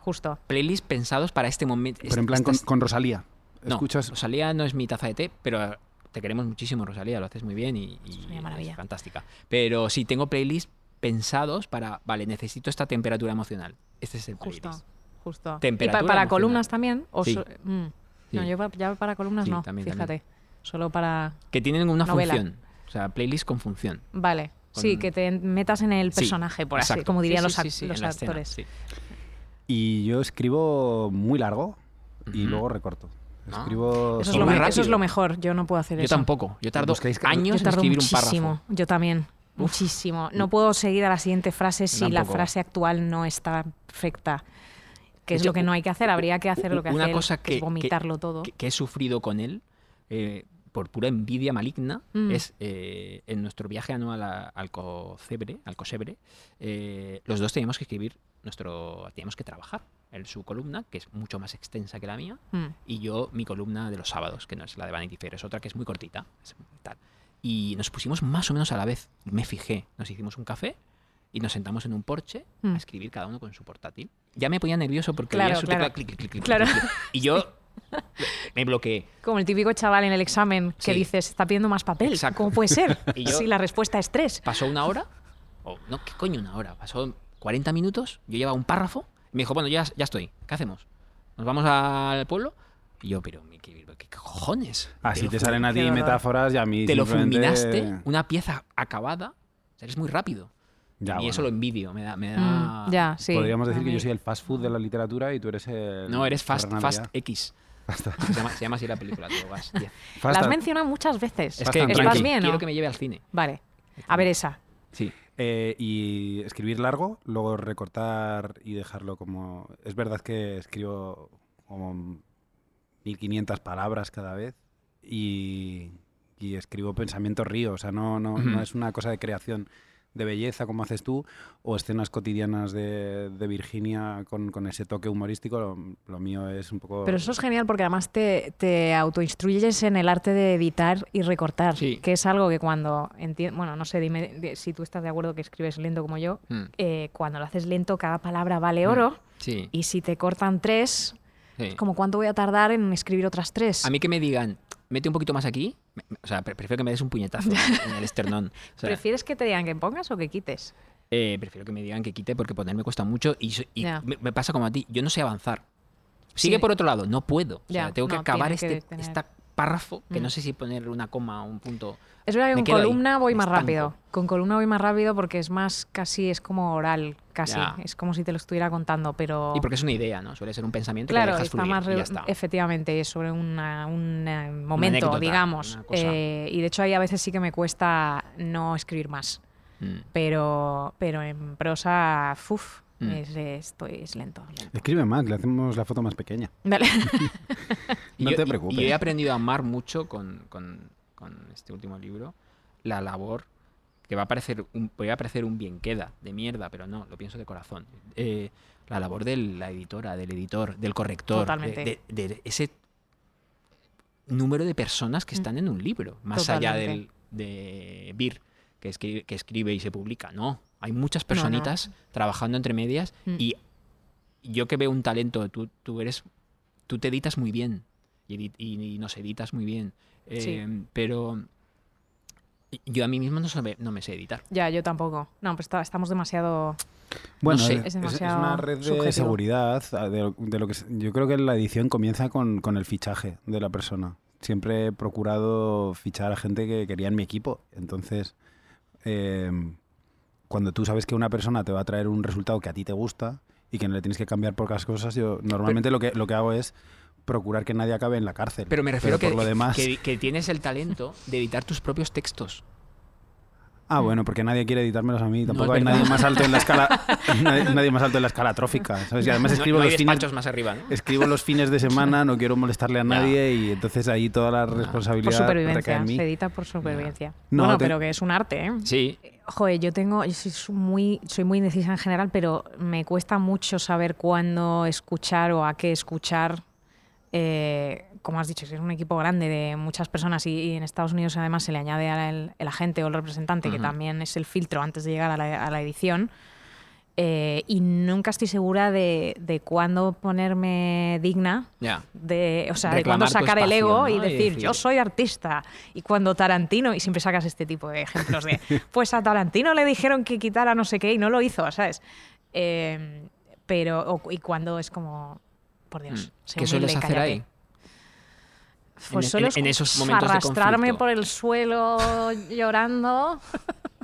S3: Justo.
S2: playlists pensados para este momento.
S1: Pero en plan con, con Rosalía. Escuchas...
S2: Rosalía no es mi taza de té, pero te queremos muchísimo, Rosalía, lo haces muy bien y, y
S3: una maravilla.
S2: es fantástica. Pero sí, tengo playlists pensados para, vale, necesito esta temperatura emocional. Este es el
S3: Justo.
S2: playlist.
S3: Justo. y
S2: Temperatura
S3: pa- para
S2: emocional.
S3: columnas también. o
S2: Sí.
S3: so- mm. No,
S2: Sí.
S3: yo pa- ya para columnas
S2: Sí,
S3: no,
S2: también,
S3: fíjate.
S2: también.
S3: Solo para...
S2: Que tienen una
S3: Novela.
S2: función. O sea, playlist con función.
S3: Vale. Sí,
S2: Con-
S3: que te metas en el
S2: Sí,
S3: personaje, por así,
S2: exacto.
S3: como
S2: Sí,
S3: dirían
S2: sí,
S3: los, ac-
S2: sí, sí,
S3: los
S2: en la escena,
S3: actores.
S2: sí.
S1: Y yo escribo muy largo y
S2: Ujú.
S1: luego recorto.
S2: Ah.
S1: Escribo...
S3: Eso, es
S2: Son
S3: lo
S2: muy
S3: me- eso es
S2: rápido.
S3: lo mejor. Yo no puedo hacer
S2: Yo
S3: eso.
S2: tampoco. Yo tardo
S1: ¿Buscáis que-
S2: años
S3: Yo
S2: en
S3: tardo
S2: escribir un
S3: muchísimo,
S2: párrafo.
S3: yo también. Muchísimo. No puedo seguir a la siguiente frase si la
S2: tampoco.
S3: frase actual no está perfecta. Que
S2: De
S3: es
S2: hecho,
S3: lo que no hay que hacer. Habría que hacer
S2: u-
S3: lo que
S2: una
S3: hacer,
S2: cosa que-
S3: es vomitarlo todo.
S2: Que, que he sufrido con él eh, por pura envidia maligna
S3: Mm.
S2: es eh, en nuestro viaje anual a- al Cocebre, al Cosebre, eh, los dos teníamos que escribir nuestro, teníamos que trabajar en su columna, que es mucho más extensa que la mía,
S3: Mm.
S2: y yo mi columna de los sábados, que no es la de Vanity Fair, es otra que es muy cortita. es tal. y nos pusimos más o menos a la vez. Me fijé, nos hicimos un café y nos sentamos en un porche
S3: Mm.
S2: a escribir cada uno con su portátil. Ya me ponía nervioso porque
S3: Claro,
S2: veía su tecla
S3: claro.
S2: clic, clic, clic, clic,
S3: Claro.
S2: clic, clic. Y yo me bloqueé.
S3: Como el típico chaval en el examen
S2: Sí.
S3: que dices, está pidiendo más papel.
S2: Exacto.
S3: ¿Cómo puede ser?
S2: Y yo-
S3: Si la respuesta es tres.
S2: Pasó una hora, o no, ¿qué coño una hora? Pasó 40 minutos, yo llevaba un párrafo y me dijo, bueno, ya, ya estoy, ¿qué hacemos? ¿Nos vamos al pueblo? Y yo, pero, ¿qué, qué- qué cojones?
S1: Así
S2: lo
S1: te
S2: ju-
S1: salen a ti
S3: Qué horror.
S1: metáforas y a mí
S2: Te lo
S1: simplemente-
S2: fulminaste, una pieza acabada, o sea, eres muy rápido.
S1: Ya,
S2: y
S1: bueno.
S2: eso lo envidio, me da... Me da
S3: Mm, ya, sí.
S1: Podríamos decir
S3: A
S1: que yo
S3: mí-
S1: soy el fast food de la literatura y tú eres el...
S2: No, eres Fast,
S1: Ferran
S2: fast
S1: Adrià.
S2: e- X. Se llama, se llama así la película, te lo vas, diez.
S1: Fast
S3: La has
S1: and-
S3: mencionado muchas veces.
S2: Es que
S1: Fast and
S2: quiero,
S3: ¿Estás
S1: Tranqui.
S3: bien?
S2: quiero
S3: no?
S2: que me lleve al cine.
S3: Vale. A ver esa.
S2: Sí.
S1: Eh, y escribir largo, luego recortar y dejarlo como... Es verdad que escribo como 1500 palabras cada vez y, y escribo pensamientos río, o sea, no, no, no
S2: Ujú.
S1: es una cosa de creación de belleza como haces tú o escenas cotidianas de, de Virginia con, con ese toque humorístico, lo, lo mío es un poco...
S3: Pero eso es genial porque además te, te autoinstruyes en el arte de editar y recortar,
S2: Sí.
S3: que es algo que cuando entiendes, bueno, no sé, dime di- si tú estás de acuerdo que escribes lento como yo,
S2: Mm.
S3: eh, cuando lo haces lento cada palabra vale oro
S2: Sí.
S3: y si te cortan tres,
S2: Mm. sí.
S3: es como cuánto voy a tardar en escribir otras tres.
S2: A mí que me digan, mete un poquito más aquí, me- me- o sea, pre- prefiero que me des un puñetazo en el esternón. O sea,
S3: ¿Prefieres que te digan que pongas o que quites?
S2: eh, prefiero que me digan que quite porque ponerme cuesta mucho y, so- y
S3: Ya.
S2: me, me pasa como a ti, yo no sé avanzar. Sigue
S3: Sí.
S2: por otro lado, no puedo. O sea,
S3: Ya,
S2: tengo que
S3: no,
S2: acabar
S3: tiene que
S2: este
S3: tener-
S2: esta párrafo que
S3: Mm.
S2: no sé si poner una coma o un punto.
S3: Es verdad que
S2: Me
S3: con
S2: quedo ahí,
S3: columna voy
S2: me
S3: más
S2: estanco.
S3: rápido. Con columna voy más rápido porque es más casi, es como oral, casi.
S2: Ya.
S3: Es como si te lo estuviera contando, pero...
S2: Y porque es una idea, ¿no? Suele ser un pensamiento que
S3: Oh. Claro,
S2: dejas
S3: está
S2: fluir
S3: más
S2: y
S3: re-
S2: ya está.
S3: efectivamente es sobre una- un eh, momento,
S2: anécdota,
S3: digamos.
S2: una cosa.
S3: Eh, y de hecho ahí a veces sí que me cuesta no escribir más.
S2: Mm.
S3: Pero, pero en prosa, uff,
S2: Mm.
S3: es, estoy, es lento. lento.
S1: Escribe más, le hacemos la foto más pequeña.
S3: Vale.
S2: Y
S1: No
S2: yo-
S1: te
S2: y-
S1: preocupes.
S2: Y, he aprendido a amar mucho con, con- con este último libro la labor que va a parecer un, podría parecer un bien queda de mierda, pero no, lo pienso de corazón. Eh, la labor de la editora, del editor, del corrector, de-
S3: Totalmente.
S2: De, de ese número de personas que están en un libro, más allá del,
S3: Mm. Totalmente.
S2: de Vir, que escribe, que escribe y se publica. No, hay muchas personitas trabajando entre medias
S3: Mm.
S2: y yo que veo un talento, tú, tú eres tú te editas muy bien y, edit- y- y nos editas muy bien. Eh,
S3: Sí.
S2: Pero yo a mí mismo no, sabe- no me sé editar.
S3: ya, yo tampoco. No, pues está- estamos demasiado...
S1: Bueno, eh,
S2: No sé.
S1: es, es-
S3: Es
S1: es
S3: demasiado
S1: una red de
S3: subjetivo.
S1: seguridad. a- De, lo- de lo que, se- yo creo que la edición comienza con, con el fichaje de la persona. Siempre he procurado fichar a gente que quería en mi equipo. Entonces, eh, cuando tú sabes que una persona te va a traer un resultado que a ti te gusta y que no le tienes que cambiar pocas cosas, yo normalmente lo, que, lo que hago es procurar que nadie acabe en la cárcel.
S2: Pero me refiero
S1: por
S2: que,
S1: lo demás,
S2: que, que tienes el talento de editar tus propios textos.
S1: Ah, bueno, porque nadie quiere editármelos a mí. Tampoco
S2: es
S1: hay
S2: verdad.
S1: nadie más alto en la escala nadie, nadie más alto en la escala trófica. ¿sabes? Y además
S2: No-
S1: escribo
S2: no, hay
S1: los fines
S2: despachos más arriba, ¿no?
S1: Escribo los fines de semana, no quiero molestarle a
S2: Ya.
S1: nadie y entonces ahí toda la
S3: Por
S1: responsabilidad recae
S3: supervivencia.
S1: en mí.
S3: Se edita por supervivencia.
S1: No,
S3: bueno,
S1: te-
S3: pero que es un arte, ¿eh?
S2: Sí,
S3: Joder, yo tengo, yo soy su- muy, soy muy indecisa en general, pero me cuesta mucho saber cuándo escuchar o a qué escuchar. Eh, como has dicho, es un equipo grande de muchas personas y, y en Estados Unidos además se le añade al el agente o el representante, que
S2: Ujú.
S3: también es el filtro antes de llegar a la, a la edición. Eh, y nunca estoy segura de, de cuándo ponerme digna
S2: ya.
S3: de, o sea, de cuando
S2: Reclamar tu
S3: sacar el
S2: espacio,
S3: ego
S2: ¿no?
S3: y
S2: Y
S3: decir,
S2: decir-
S3: yo soy artista. Y cuando Tarantino, y siempre sacas este tipo de ejemplos de, pues a Tarantino le dijeron que quitara no sé qué y no lo hizo, ¿sabes? Eh, pero, o- y cuando es como, por Dios, sé
S2: Mm. ¿Qué sueles
S3: humilde,
S2: hacer
S3: cállate.
S2: ahí?
S3: Pues
S2: en-
S3: solo
S2: en- en
S3: es
S2: esos momentos de
S3: arrastrarme
S2: conflicto?
S3: por el suelo llorando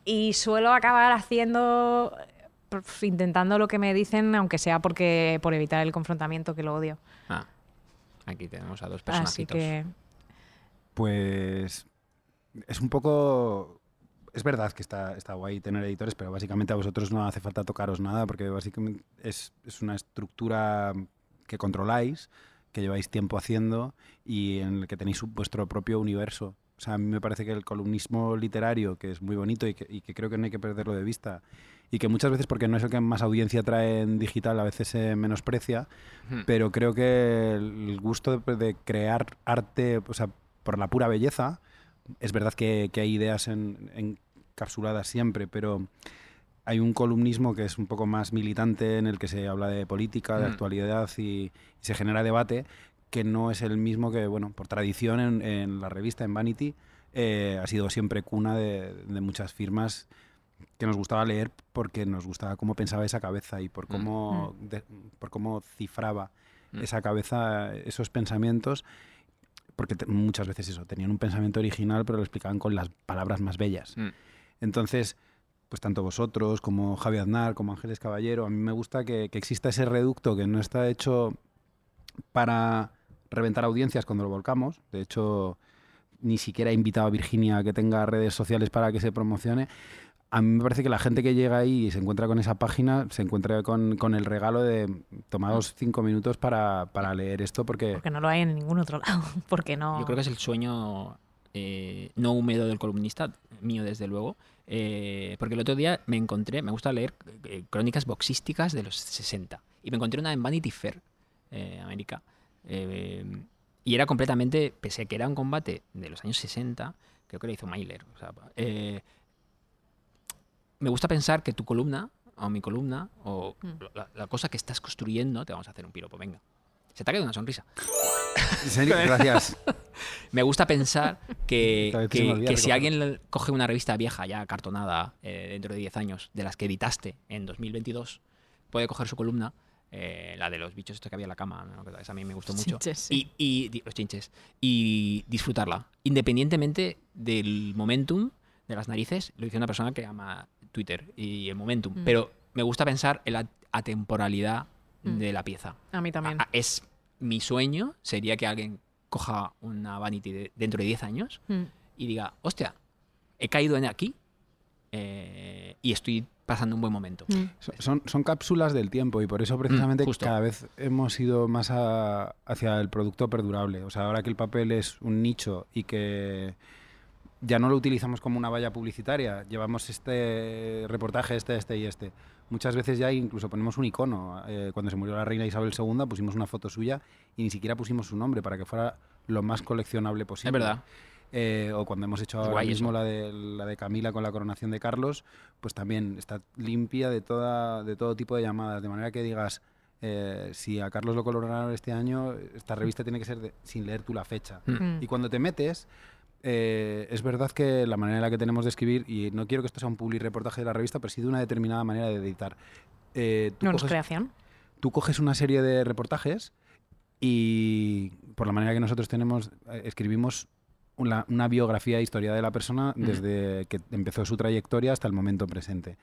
S3: y suelo acabar haciendo, intentando lo que me dicen, aunque sea porque por evitar el confrontamiento que lo odio.
S2: Ah, aquí tenemos a dos
S3: Así
S2: personajitos.
S3: que...
S1: Pues es un poco... Es verdad que está, está guay tener editores, pero básicamente a vosotros no hace falta tocaros nada porque básicamente es, es una estructura que controláis, que lleváis tiempo haciendo y en el que tenéis su- vuestro propio universo. O sea, a mí me parece que el columnismo literario, que es muy bonito y que, y que creo que no hay que perderlo de vista, y que muchas veces, porque no es el que más audiencia trae en digital, a veces se menosprecia,
S2: Hmm.
S1: pero creo que el gusto de, de crear arte, o sea, por la pura belleza, es verdad que, que hay ideas en- encapsuladas siempre, pero hay un columnismo que es un poco más militante en el que se habla de política, de
S2: Mm.
S1: actualidad y, y se genera debate que no es el mismo que, bueno, por tradición en, en la revista, en Vanity, eh, ha sido siempre cuna de, de muchas firmas que nos gustaba leer porque nos gustaba cómo pensaba esa cabeza y por cómo, de- por cómo cifraba
S2: Mm.
S1: esa cabeza, esos pensamientos, porque te- muchas veces eso, tenían un pensamiento original pero lo explicaban con las palabras más bellas.
S2: Mm.
S1: Entonces, pues tanto vosotros como Javi Aznar, como Ángeles Caballero, a mí me gusta que, que exista ese reducto que no está hecho para reventar audiencias cuando lo volcamos. De hecho, ni siquiera he invitado a Virginia a que tenga redes sociales para que se promocione. A mí me parece que la gente que llega ahí y se encuentra con esa página, se encuentra con, con el regalo de tomados cinco minutos para, para leer esto porque...
S3: Porque no lo hay en ningún otro lado. Porque no.
S2: Yo creo que es el sueño eh, no húmedo del columnista, mío desde luego. eh, porque el otro día me encontré, me gusta leer eh, crónicas boxísticas de los 60. Y me encontré una en Vanity Fair, eh, América. eh, y era completamente, pese a que era un combate de los años 60, creo que lo hizo Mailer. o sea, eh, me gusta pensar que tu columna, o mi columna, o
S3: Mm.
S2: la, la cosa que estás construyendo, te vamos a hacer un piropo, venga. Se te ha quedado una sonrisa
S1: En serio, Gracias.
S2: me gusta pensar que,
S1: Cada vez que
S2: que-
S1: se me olvida
S2: que si
S1: recogerlo.
S2: alguien le- coge una revista vieja, ya cartonada, eh, dentro de 10 años, de las que editaste en 2022, puede coger su columna, eh, la de los bichos esto que había en la cama, ¿no? Que esa a mí me gustó
S3: Los
S2: mucho,
S3: chinches, sí.
S2: y, y- di- los chinches, y disfrutarla, independientemente del momentum, de las narices, lo dice una persona que ama Twitter y el momentum,
S3: Mm.
S2: pero me gusta pensar en la atemporalidad
S3: Mm.
S2: de la pieza.
S3: A mí también.
S2: Ah, Es mi sueño, sería que alguien coja una Vanity de- dentro de 10 años
S1: ah.
S3: Mm.
S2: y diga, hostia, he caído en aquí eh, y estoy pasando un buen momento.
S3: Mm.
S1: So- Son, son cápsulas del tiempo y por eso precisamente
S2: Mm, justo.
S1: cada vez hemos ido más a- hacia el producto perdurable. O sea, ahora que el papel es un nicho y que ya no lo utilizamos como una valla publicitaria, llevamos este reportaje, este, este y este. Muchas veces ya incluso ponemos un icono. Eh, cuando se murió la reina Isabel II pusimos una foto suya y ni siquiera pusimos su nombre para que fuera lo más coleccionable posible.
S2: es verdad.
S1: Eh, o cuando hemos hecho
S2: Es
S1: ahora
S2: guay
S1: mismo
S2: eso.
S1: la de, la de Camila con la coronación de Carlos, pues también está limpia de, toda, de todo tipo de llamadas. De manera que digas, eh, si a Carlos lo coronaron este año, esta revista tiene que ser de- sin leer tú la fecha.
S2: Mm.
S3: Mm.
S1: Y cuando te metes, eh, es verdad que la manera en la que tenemos de escribir, y no quiero que esto sea un public reportaje de la revista, pero sí de una determinada manera de editar. Eh, tú
S3: No, no es
S1: coges-
S3: creación.
S1: tú coges una serie de reportajes y por la manera que nosotros tenemos, eh, escribimos una, una biografía e historia de la persona
S2: Ujú.
S1: desde que empezó su trayectoria hasta el momento presente.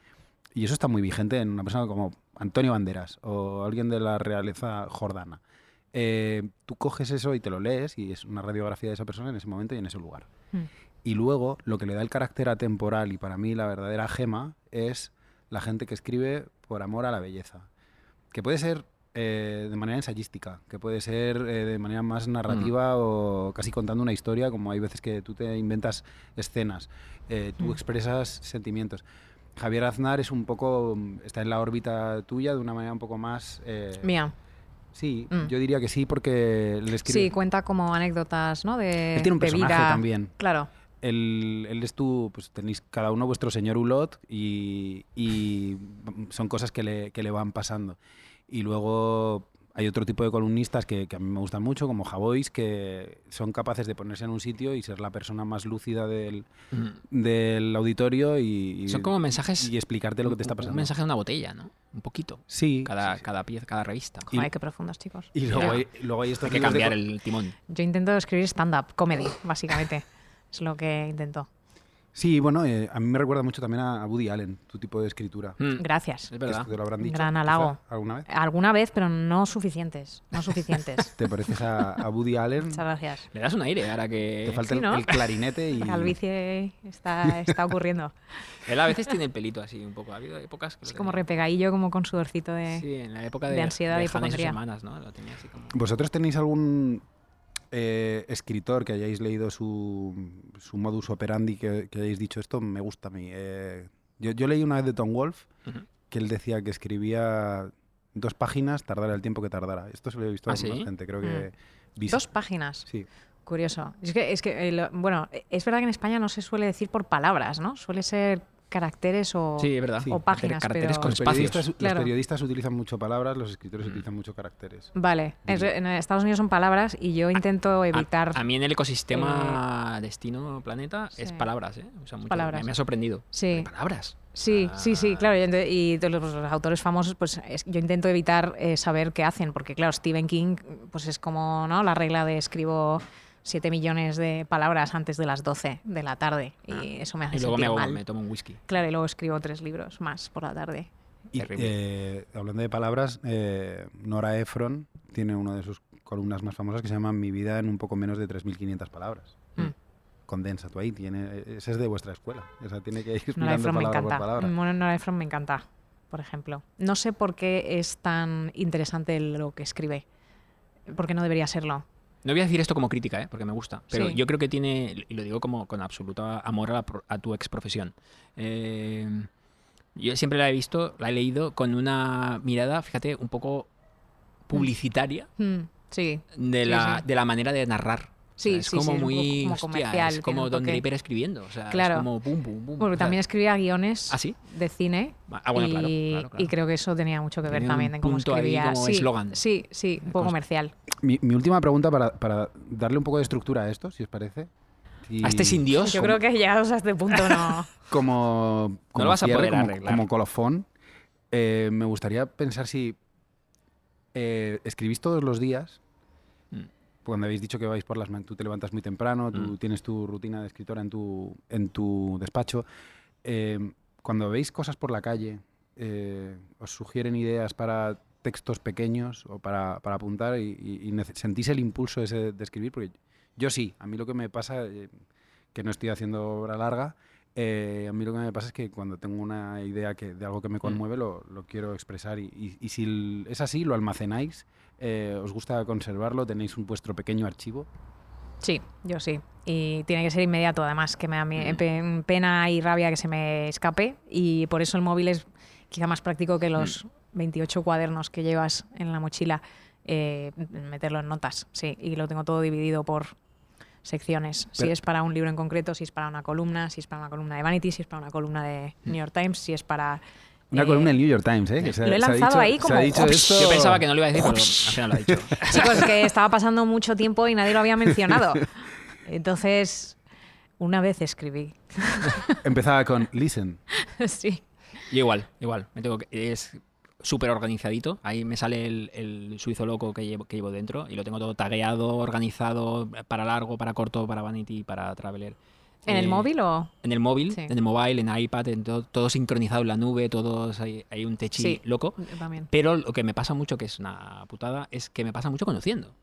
S1: Y eso está muy vigente en una persona como Antonio Banderas o alguien de la realeza jordana. Eh, tú coges eso y te lo lees y es una radiografía de esa persona en ese momento y en ese lugar.
S3: Mm.
S1: Y luego lo que le da el carácter atemporal y para mí la verdadera gema es la gente que escribe por amor a la belleza. Que puede ser eh, de manera ensayística, que puede ser eh, de manera más narrativa
S3: Mm.
S1: o casi contando una historia, como hay veces que tú te inventas escenas, eh, tú
S3: Mm.
S1: expresas sentimientos. Javier Aznar es un poco, mm, está en la órbita tuya de una manera un poco más... eh,
S3: Mía.
S1: Sí,
S3: Mm.
S1: yo diría que sí porque le escribe...
S3: Sí, cuenta como anécdotas, ¿no? De,
S1: Él tiene un
S3: de
S1: personaje
S3: vida.
S1: también.
S3: Claro.
S1: Él, él es tu, pues tenéis cada uno vuestro señor Ulot y, y son cosas que le, que le van pasando. Y luego hay otro tipo de columnistas que, que a mí me gustan mucho, como Javois, que son capaces de ponerse en un sitio y ser la persona más lúcida del,
S2: Mm.
S1: del auditorio y, y-
S2: Son como mensajes.
S1: y explicarte lo que te está
S2: un-
S1: pasando.
S2: Un mensaje de una botella, ¿no? Un poquito.
S1: Sí.
S2: Cada,
S1: sí, sí.
S2: cada pieza, cada revista.
S1: Y-
S3: Joder, qué profundos, chicos.
S1: Y luego
S2: Mira.
S1: hay, luego hay estos
S2: Hay que
S1: libros de
S2: cambiar
S1: co-
S2: el timón.
S3: Yo intento escribir stand-up, comedy, básicamente. es lo que intento.
S1: Sí, bueno, eh, a mí me recuerda mucho también a a Woody Allen, tu tipo de escritura.
S2: Mm.
S3: Gracias.
S2: Es verdad.
S1: Esto te lo habrán dicho.
S3: Gran
S1: quizá,
S3: halago.
S1: ¿Alguna vez?
S3: Alguna vez, pero no suficientes. No suficientes.
S1: Te pareces a, a Woody Allen.
S3: Muchas gracias.
S2: Le das un aire ahora
S1: Te
S2: que.
S1: falta
S3: Sí,
S1: el,
S3: ¿no?
S1: el clarinete y.
S3: Calvicie está, está ocurriendo.
S2: Él a veces tiene el pelito así un poco. Ha habido épocas que. lo
S3: Es como
S2: tenía-
S3: repegadillo, como con sudorcito de...
S2: Sí, en la época de,
S3: de ansiedad
S2: de Hannah y
S3: y
S2: sus
S3: hipocondría.
S2: hermanas, ¿no? Lo tenía así como.
S1: ¿Vosotros tenéis algún eh, escritor que hayáis leído su, su modus operandi que, que hayáis dicho esto? Me gusta a mí. Eh, yo, yo leí una vez de Tom Wolfe
S2: Ujú.
S1: que él decía que escribía dos páginas, tardara el tiempo que tardara. Esto se lo he visto a
S2: ¿Ah,
S1: más
S2: sí?
S3: Mm.
S1: gente, creo que. Visa.
S3: Dos páginas.
S1: Sí.
S3: Curioso. Es que, es que eh, lo- bueno, es verdad que en España no se suele decir por palabras, ¿no? Suele ser caracteres o,
S2: Sí, es verdad.
S1: Sí.
S3: o páginas.
S2: Caracteres
S3: pero-
S2: con
S1: Los periodistas,
S2: espacios. Mm.
S1: los
S3: Claro.
S1: periodistas utilizan mucho palabras, los escritores utilizan mucho caracteres.
S3: Vale, es- en Estados Unidos son palabras y yo intento
S2: A-
S3: evitar. eh,
S2: A, mí en el ecosistema destino planeta es
S3: sí.
S2: palabras, ¿eh? Usan mucho-
S3: Palabras.
S2: Me, me ha sorprendido.
S3: Sí.
S2: Palabras.
S3: Sí, sí, sí,
S2: Ah.
S3: claro. Y, ente- y de los, los autores famosos, pues es- yo intento evitar eh, saber qué hacen, porque claro, Stephen King, pues es como ¿no? la regla de escribo 7 millones de palabras antes de las 12 de la tarde y eso me hace
S2: Ah. Y luego me,
S3: sentir
S2: hago-
S3: mal.
S2: me tomo un whisky.
S3: Claro, y luego escribo tres libros más por la tarde.
S1: Y,
S2: Terrible.
S1: eh, hablando de palabras, eh, Nora Ephron tiene una de sus columnas más famosas que se llama Mi vida en un poco menos de 3.500 palabras.
S3: Mm.
S1: Condensa tú ahí. Tiene, e, esa es de vuestra escuela. Esa tiene que ir explicando
S3: Nora Ephron me
S1: palabra
S3: encanta. Mm.
S1: por palabra.
S3: Bueno, Nora Ephron me encanta, por ejemplo. No sé por qué es tan interesante lo que escribe, porque no debería serlo.
S2: No voy a decir esto como crítica, ¿eh? porque me gusta, pero
S3: Sí.
S2: yo creo que tiene, y lo digo como con absoluto amor a, la pro- a tu ex profesión. Eh, yo siempre la he visto, la he leído con una mirada, fíjate, un poco publicitaria
S3: Mm, sí,
S2: de,
S3: Sí,
S2: la,
S3: sí.
S2: de la manera de narrar. O sea,
S3: Sí,
S2: es
S3: sí,
S2: como
S3: sí, un
S2: muy
S3: poco como
S2: hostia,
S3: comercial,
S2: es
S3: tiene
S2: como
S3: un
S2: Don
S3: toque.
S2: Draper escribiendo, o sea,
S3: Claro.
S2: es como boom, boom, boom.
S3: porque
S2: o sea,
S3: también escribía guiones.
S2: ¿Ah, sí?
S3: de cine
S2: Ah, bueno,
S3: y,
S2: claro, claro, claro.
S3: y creo que eso tenía mucho que ver
S2: Tenía un
S3: también en cómo
S2: punto ahí
S3: escribía.
S2: como
S3: sí,
S2: eslogan.
S3: sí, sí, un
S2: Cons-
S3: poco comercial.
S1: Mi, mi última pregunta para, para darle un poco de estructura a esto, si os parece. Y
S2: A este sin Dios.
S3: Yo creo que llegados a este punto no.
S1: Como, como
S2: lo vas a
S1: cierre,
S2: poder
S1: como-
S2: arreglar.
S1: como colofón, eh, me gustaría pensar si eh, escribís todos los días.
S2: Mm.
S1: Cuando habéis dicho que vais por las man- tú te levantas muy temprano, tú
S2: Mm.
S1: tienes tu rutina de escritora en tu, en tu despacho. eh, cuando veis cosas por la calle, eh, os sugieren ideas para textos pequeños o para, para apuntar y, y- y nece- sentís el impulso ese de escribir, porque yo sí, a mí lo que me pasa, eh, que no estoy haciendo obra larga, eh, a mí lo que me pasa es que cuando tengo una idea que, de algo que
S3: Mm.
S1: me conmueve, lo, lo quiero expresar y, y- y si l- es así, lo almacenáis, eh, os gusta conservarlo, tenéis un vuestro pequeño archivo.
S3: Sí, yo sí. Y tiene que ser inmediato, además, que me da mie-
S2: Mm.
S3: pe- pena y rabia que se me escape. Y por eso el móvil es quizá más práctico que los
S1: Mm.
S3: 28 cuadernos que llevas en la mochila, eh, meterlo en notas. Sí, y lo tengo todo dividido por secciones. si
S1: Pero-
S3: es para un libro en concreto, si es para una columna, si es para una columna de Vanity, si es para una columna de New York Times, si es para...
S1: Mm. Una
S3: eh,
S1: columna del New York Times, ¿eh? que se-
S3: Lo he
S1: se ha
S3: lanzado
S1: dicho-
S3: ahí
S1: se ha
S3: como-
S1: dicho esto-
S2: Yo pensaba que no lo iba a decir, pero al final lo ha dicho.
S3: Chicos, que estaba pasando mucho tiempo y nadie lo había mencionado. Entonces, una vez escribí.
S1: Empezaba con listen.
S3: sí.
S2: Yo igual, igual. Me tengo que- es súper organizadito. Ahí me sale el, el suizo loco que llevo, que llevo dentro y lo tengo todo tagueado, organizado, para largo, para corto, para vanity, para traveler.
S3: ¿En el
S2: Eh,
S3: móvil o...?
S2: En el móvil,
S3: Sí.
S2: en el mobile, en iPad, en todo, todo sincronizado en la nube, todos hay, hay un techi
S3: Sí.
S2: loco.
S3: También.
S2: Pero lo que me pasa mucho, que es una putada, es que me pasa mucho conduciendo.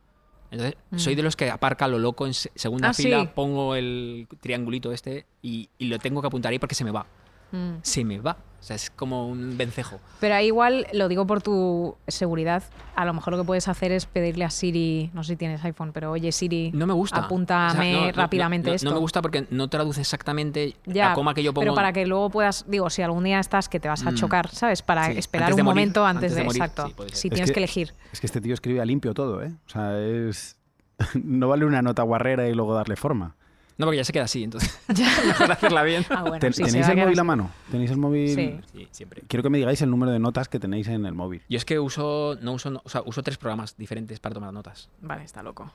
S2: Entonces,
S3: Mm.
S2: soy de los que aparca lo loco en se- segunda
S3: Ah,
S2: fila,
S3: sí.
S2: pongo el triangulito este y, y lo tengo que apuntar ahí porque se me va.
S3: Mm.
S2: Se me va. O sea, es como un vencejo.
S3: Pero ahí igual, lo digo por tu seguridad, a lo mejor lo que puedes hacer es pedirle a Siri, no sé si tienes iPhone, pero oye Siri,
S2: No me gusta.
S3: apúntame
S2: O sea, no, no,
S3: rápidamente
S2: no, no,
S3: esto.
S2: No me gusta porque no traduce exactamente
S3: Ya,
S2: la coma que yo pongo.
S3: Pero para que luego puedas, digo, si algún día estás que te vas a
S2: Mm.
S3: chocar, ¿sabes? Para
S2: Sí,
S3: esperar
S2: antes de
S3: un
S2: morir,
S3: momento
S2: antes
S3: antes,
S2: de
S3: de...
S2: morir,
S3: exacto.
S2: sí, puede ser.
S3: si
S1: Es
S3: tienes
S1: que-
S3: que elegir.
S1: Es que este tío escribe a limpio todo, ¿eh? O sea, es... No vale una nota guarrera y luego darle forma.
S2: No, porque ya se queda así, entonces. mejor hacerla bien.
S3: Ah, bueno,
S1: Ten-
S3: sí, se
S1: ¿Tenéis
S3: va a
S1: el
S3: quedar
S1: móvil a
S3: así.
S1: mano? ¿Tenéis el móvil?
S3: Sí.
S2: Sí, siempre.
S1: Quiero que me digáis el número de notas que tenéis en el móvil.
S2: Yo es que uso, no uso, no- o sea, uso tres programas diferentes para tomar notas.
S3: Vale, está loco.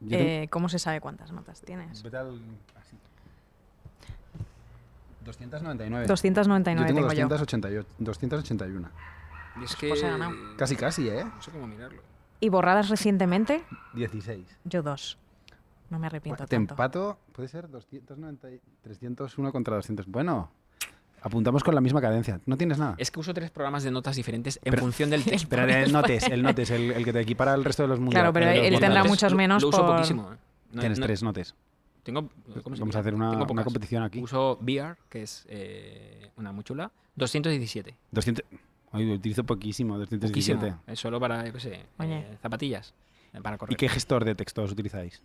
S1: Yo tengo-
S3: Eh, ¿Cómo se sabe cuántas notas tienes?
S1: Vete al- así. 299.
S3: 299
S1: yo tengo,
S3: tengo,
S1: 288, 281.
S2: Y es que
S3: Pues he ganado.
S1: Casi, casi, ¿eh?
S2: No sé cómo mirarlo.
S3: yo. ¿Y borradas recientemente?
S1: 16.
S3: Yo dos. No me arrepiento
S1: Bueno, te
S3: tanto.
S1: empato, puede ser 290, y- 301 contra 200. Bueno, apuntamos con la misma cadencia. No tienes nada.
S2: Es que uso tres programas de notas diferentes en función del texto.
S1: Pero el notes, el notes, el, el que te equipara al resto de los mundiales.
S3: Claro, pero él
S2: Entonces,
S3: tendrá mucho- muchos
S2: lo-
S3: menos
S2: Lo uso
S3: por-
S2: poquísimo. ¿eh? No-
S1: Tienes
S2: no-
S1: tres notes.
S2: Tengo, ¿cómo se
S1: Vamos a
S2: llama?
S1: hacer una,
S2: Tengo
S1: una
S2: pocas.
S1: competición aquí.
S2: Uso VR, que es eh, una muy chula. 217.
S1: 200. Ay, utilizo poquísimo, 217.
S2: Poquísimo. Es solo para, yo qué sé,
S3: Oye.
S2: eh, zapatillas. eh, Para correr.
S1: ¿Y qué gestor de textos utilizáis?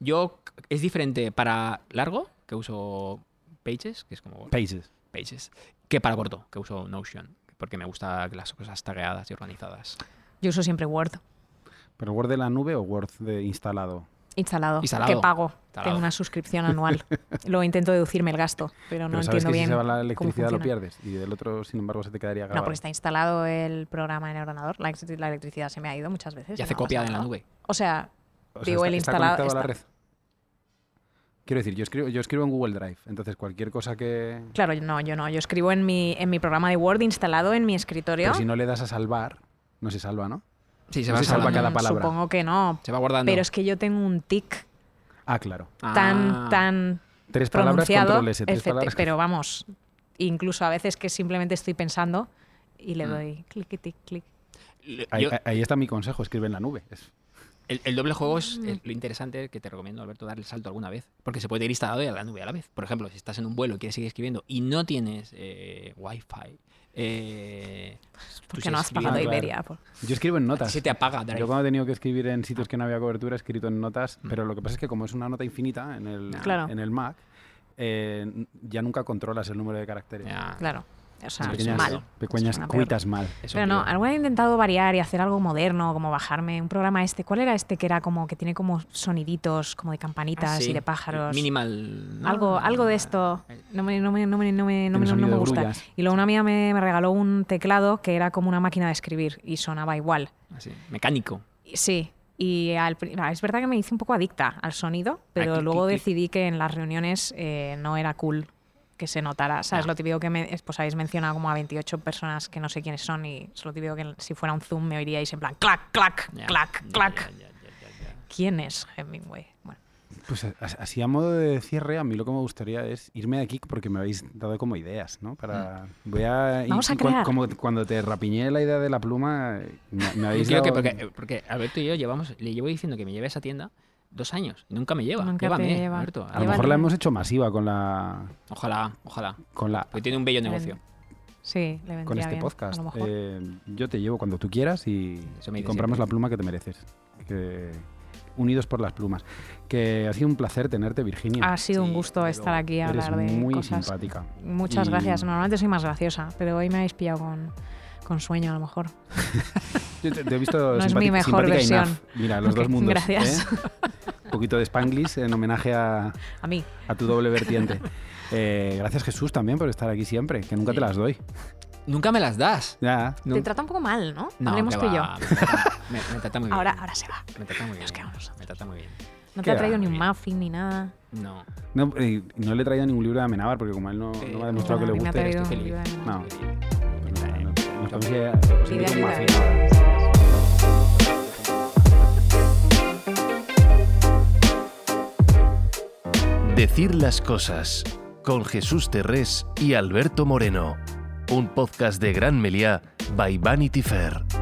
S2: Yo es diferente para largo, que uso Pages, que es como
S1: Pages.
S2: Pages, que para corto, que uso Notion, porque me gusta las cosas tagueadas y organizadas.
S3: Yo uso siempre Word.
S1: ¿Pero Word de la nube o Word de instalado?
S3: Instalado,
S2: Instalado.
S3: que pago.
S2: Instalado.
S3: Tengo una suscripción anual. Lo intento deducirme el gasto, pero no
S1: Pero sabes que
S3: entiendo bien.
S1: si se va la
S3: cómo
S1: electricidad lo
S3: funciona.
S1: pierdes y del otro, sin embargo, se te quedaría grabado.
S3: No, porque está instalado el programa en el ordenador. La, ex- la electricidad se me ha ido muchas veces.
S2: Y hace
S3: no
S2: copia
S3: pasa
S2: en la
S3: nada.
S2: nube.
S3: O sea,
S1: O sea,
S3: digo,
S1: está-
S3: el
S1: está
S3: instalado
S1: conectado a la
S3: está-
S1: red. Quiero decir, yo escribo, yo escribo en Google Drive, entonces cualquier cosa que...
S3: claro, yo no, yo no. Yo escribo en mi, en mi programa de Word instalado en mi escritorio.
S1: Pero si no le das a salvar, no se salva, ¿no?
S2: Sí, se
S1: No
S2: va
S1: se salva
S2: guardando.
S1: cada
S3: Mm,
S1: palabra.
S3: Supongo que no.
S2: Se va guardando.
S3: Pero es que yo tengo un tic
S1: Ah, claro.
S2: Ah.
S3: tan, tan
S1: Tres palabras,
S3: pronunciado.
S1: control S. Tres
S3: efecti-
S1: palabras,
S3: Pero vamos, incluso a veces que simplemente estoy pensando y le
S2: Mm.
S3: doy clic, clic, clic.
S2: Le-
S1: Ahí,
S2: yo-
S1: ahí está mi consejo, escribe en la nube. Es-
S2: el, el doble juego es
S3: Mm.
S2: eh, lo interesante que te recomiendo, Alberto, dar el salto alguna vez. Porque se puede ir instalado y a la nube a la vez. Por ejemplo, si estás en un vuelo y quieres seguir escribiendo y no tienes eh, Wi-Fi. eh, tú
S3: Porque
S2: sigues
S3: no has
S1: ah,
S3: pagado
S2: escribiendo.
S3: Iberia. por-
S1: Yo escribo en notas.
S2: Se te apaga Drive. Mm.
S1: Yo cuando he tenido que escribir en sitios que no había cobertura, he escrito en notas, pero lo que pasa es que como es una nota infinita en el,
S3: Claro.
S1: en el Mac, eh, n- ya nunca controlas el número de caracteres.
S2: Ya. Ah,
S3: Claro. O sea,
S2: Sí,
S1: pequeñas
S3: mal.
S1: pequeñas
S3: Suena peor.
S1: cuitas mal.
S2: Es
S3: Pero
S2: un
S3: no,
S2: lío.
S3: alguna he intentado variar y hacer algo moderno, como bajarme un programa este. ¿Cuál era este que era como que tiene como soniditos, como de campanitas
S2: Ah, sí.
S3: y de pájaros?
S2: Minimal. ¿no? Ah, eh,
S3: Algo, algo de esto. No me, no me, no me, no me, no me, no
S1: sonido
S3: me
S1: de
S3: gusta.
S1: grullas.
S3: Y luego una amiga me, me regaló un teclado que era como una máquina de escribir y sonaba igual.
S2: Así, mecánico.
S3: Y- Sí. Y al pri- ah, es verdad que me hice un poco adicta al sonido, pero
S2: clic,
S3: luego
S2: clic, clic.
S3: decidí que en las reuniones eh, no era cool que se notara. ¿Sabes?
S2: Ah.
S3: Lo típico que me, es- pues habéis mencionado como a 28 personas que no sé quiénes son y es lo típico que en- si fuera un Zoom me oiríais en plan clac, clac,
S2: Ya,
S3: clac,
S2: ya,
S3: clac.
S2: ya, ya, ya, ya.
S3: ¿Quién es Hemingway? Bueno,
S1: Pues a- as- así a modo de cierre, a mí lo que me gustaría es irme de aquí porque me habéis dado como ideas, ¿no? Para
S2: Mm.
S1: voy a, y-
S3: Vamos a
S1: y cuan-
S3: crear.
S1: como cuando te rapiñé la idea de la pluma, eh, me, me
S2: Yo
S1: habéis
S2: creo que
S1: dado-
S2: porque, porque Alberto y yo llevamos, le llevo diciendo que me lleve a esa tienda dos años. Y nunca me lleva.
S3: Nunca te
S2: Llévame,
S3: lleva.
S2: Alberto.
S1: a lo
S3: Llévale.
S1: mejor la hemos hecho masiva con la
S2: Ojalá, ojalá.
S1: con la
S2: Porque tiene un bello negocio.
S3: sí, le vendría
S1: con este
S3: bien,
S1: podcast.
S3: A lo mejor.
S1: Eh, yo te llevo cuando tú quieras y,
S2: Eso me ¿eh?
S1: y
S2: dice
S1: compramos
S2: siempre.
S1: la pluma que te mereces. Que- unidos por las plumas. Que ha sido un placer tenerte, Virginia.
S3: ha sido
S2: sí,
S3: un gusto
S2: desde
S3: estar aquí a
S1: Eres
S3: Ah, hablar de
S1: muy
S3: cosas.
S1: simpática.
S3: Muchas
S1: Y-
S3: gracias. Normalmente soy más graciosa, pero hoy me habéis pillado con, con sueño a lo mejor.
S1: Yo te, te he visto
S3: No es mi
S1: simpática-
S3: mejor
S1: simpática y naf.
S3: versión.
S1: Mira, los
S3: Ok,
S1: dos mundos.
S3: gracias.
S1: ¿eh? Un poquito de Spanglish en homenaje a,
S3: A mí.
S1: a tu doble vertiente. Eh, gracias Jesús también por estar aquí siempre, que nunca
S2: Sí.
S1: te las doy.
S2: Nunca me las das.
S1: Ya.
S2: Nun-
S3: Te trata un poco mal, ¿no?
S2: No,
S3: Hablemos
S2: que
S3: tú y yo.
S2: va, Me trata, me- me trata muy bien.
S3: Ahora, ahora se va.
S2: Me trata muy bien.
S3: Nos quedamos nosotros.
S2: Me trata muy bien.
S3: No
S1: Qué
S3: te ha traído
S1: va,
S3: ni un
S2: bien.
S3: muffin ni nada.
S2: No.
S1: No, eh, no le he traído ningún libro de Amenábar porque como a él no, no me ha demostrado
S3: no,
S1: que
S3: Eh, a
S1: le
S3: mí me ha
S1: guste.
S3: traído
S2: Estoy feliz.
S3: ayuda,
S1: no.
S2: Estoy feliz.
S1: pues
S2: Me
S1: nada,
S2: trae.
S1: nos- nos podemos ir a- nos
S3: Pide
S1: podemos ir
S3: ayuda.
S1: con Macena ahora.
S4: Decir las cosas con Jesús Terrés y Alberto Moreno, un podcast de Gran Meliá by Vanity Fair.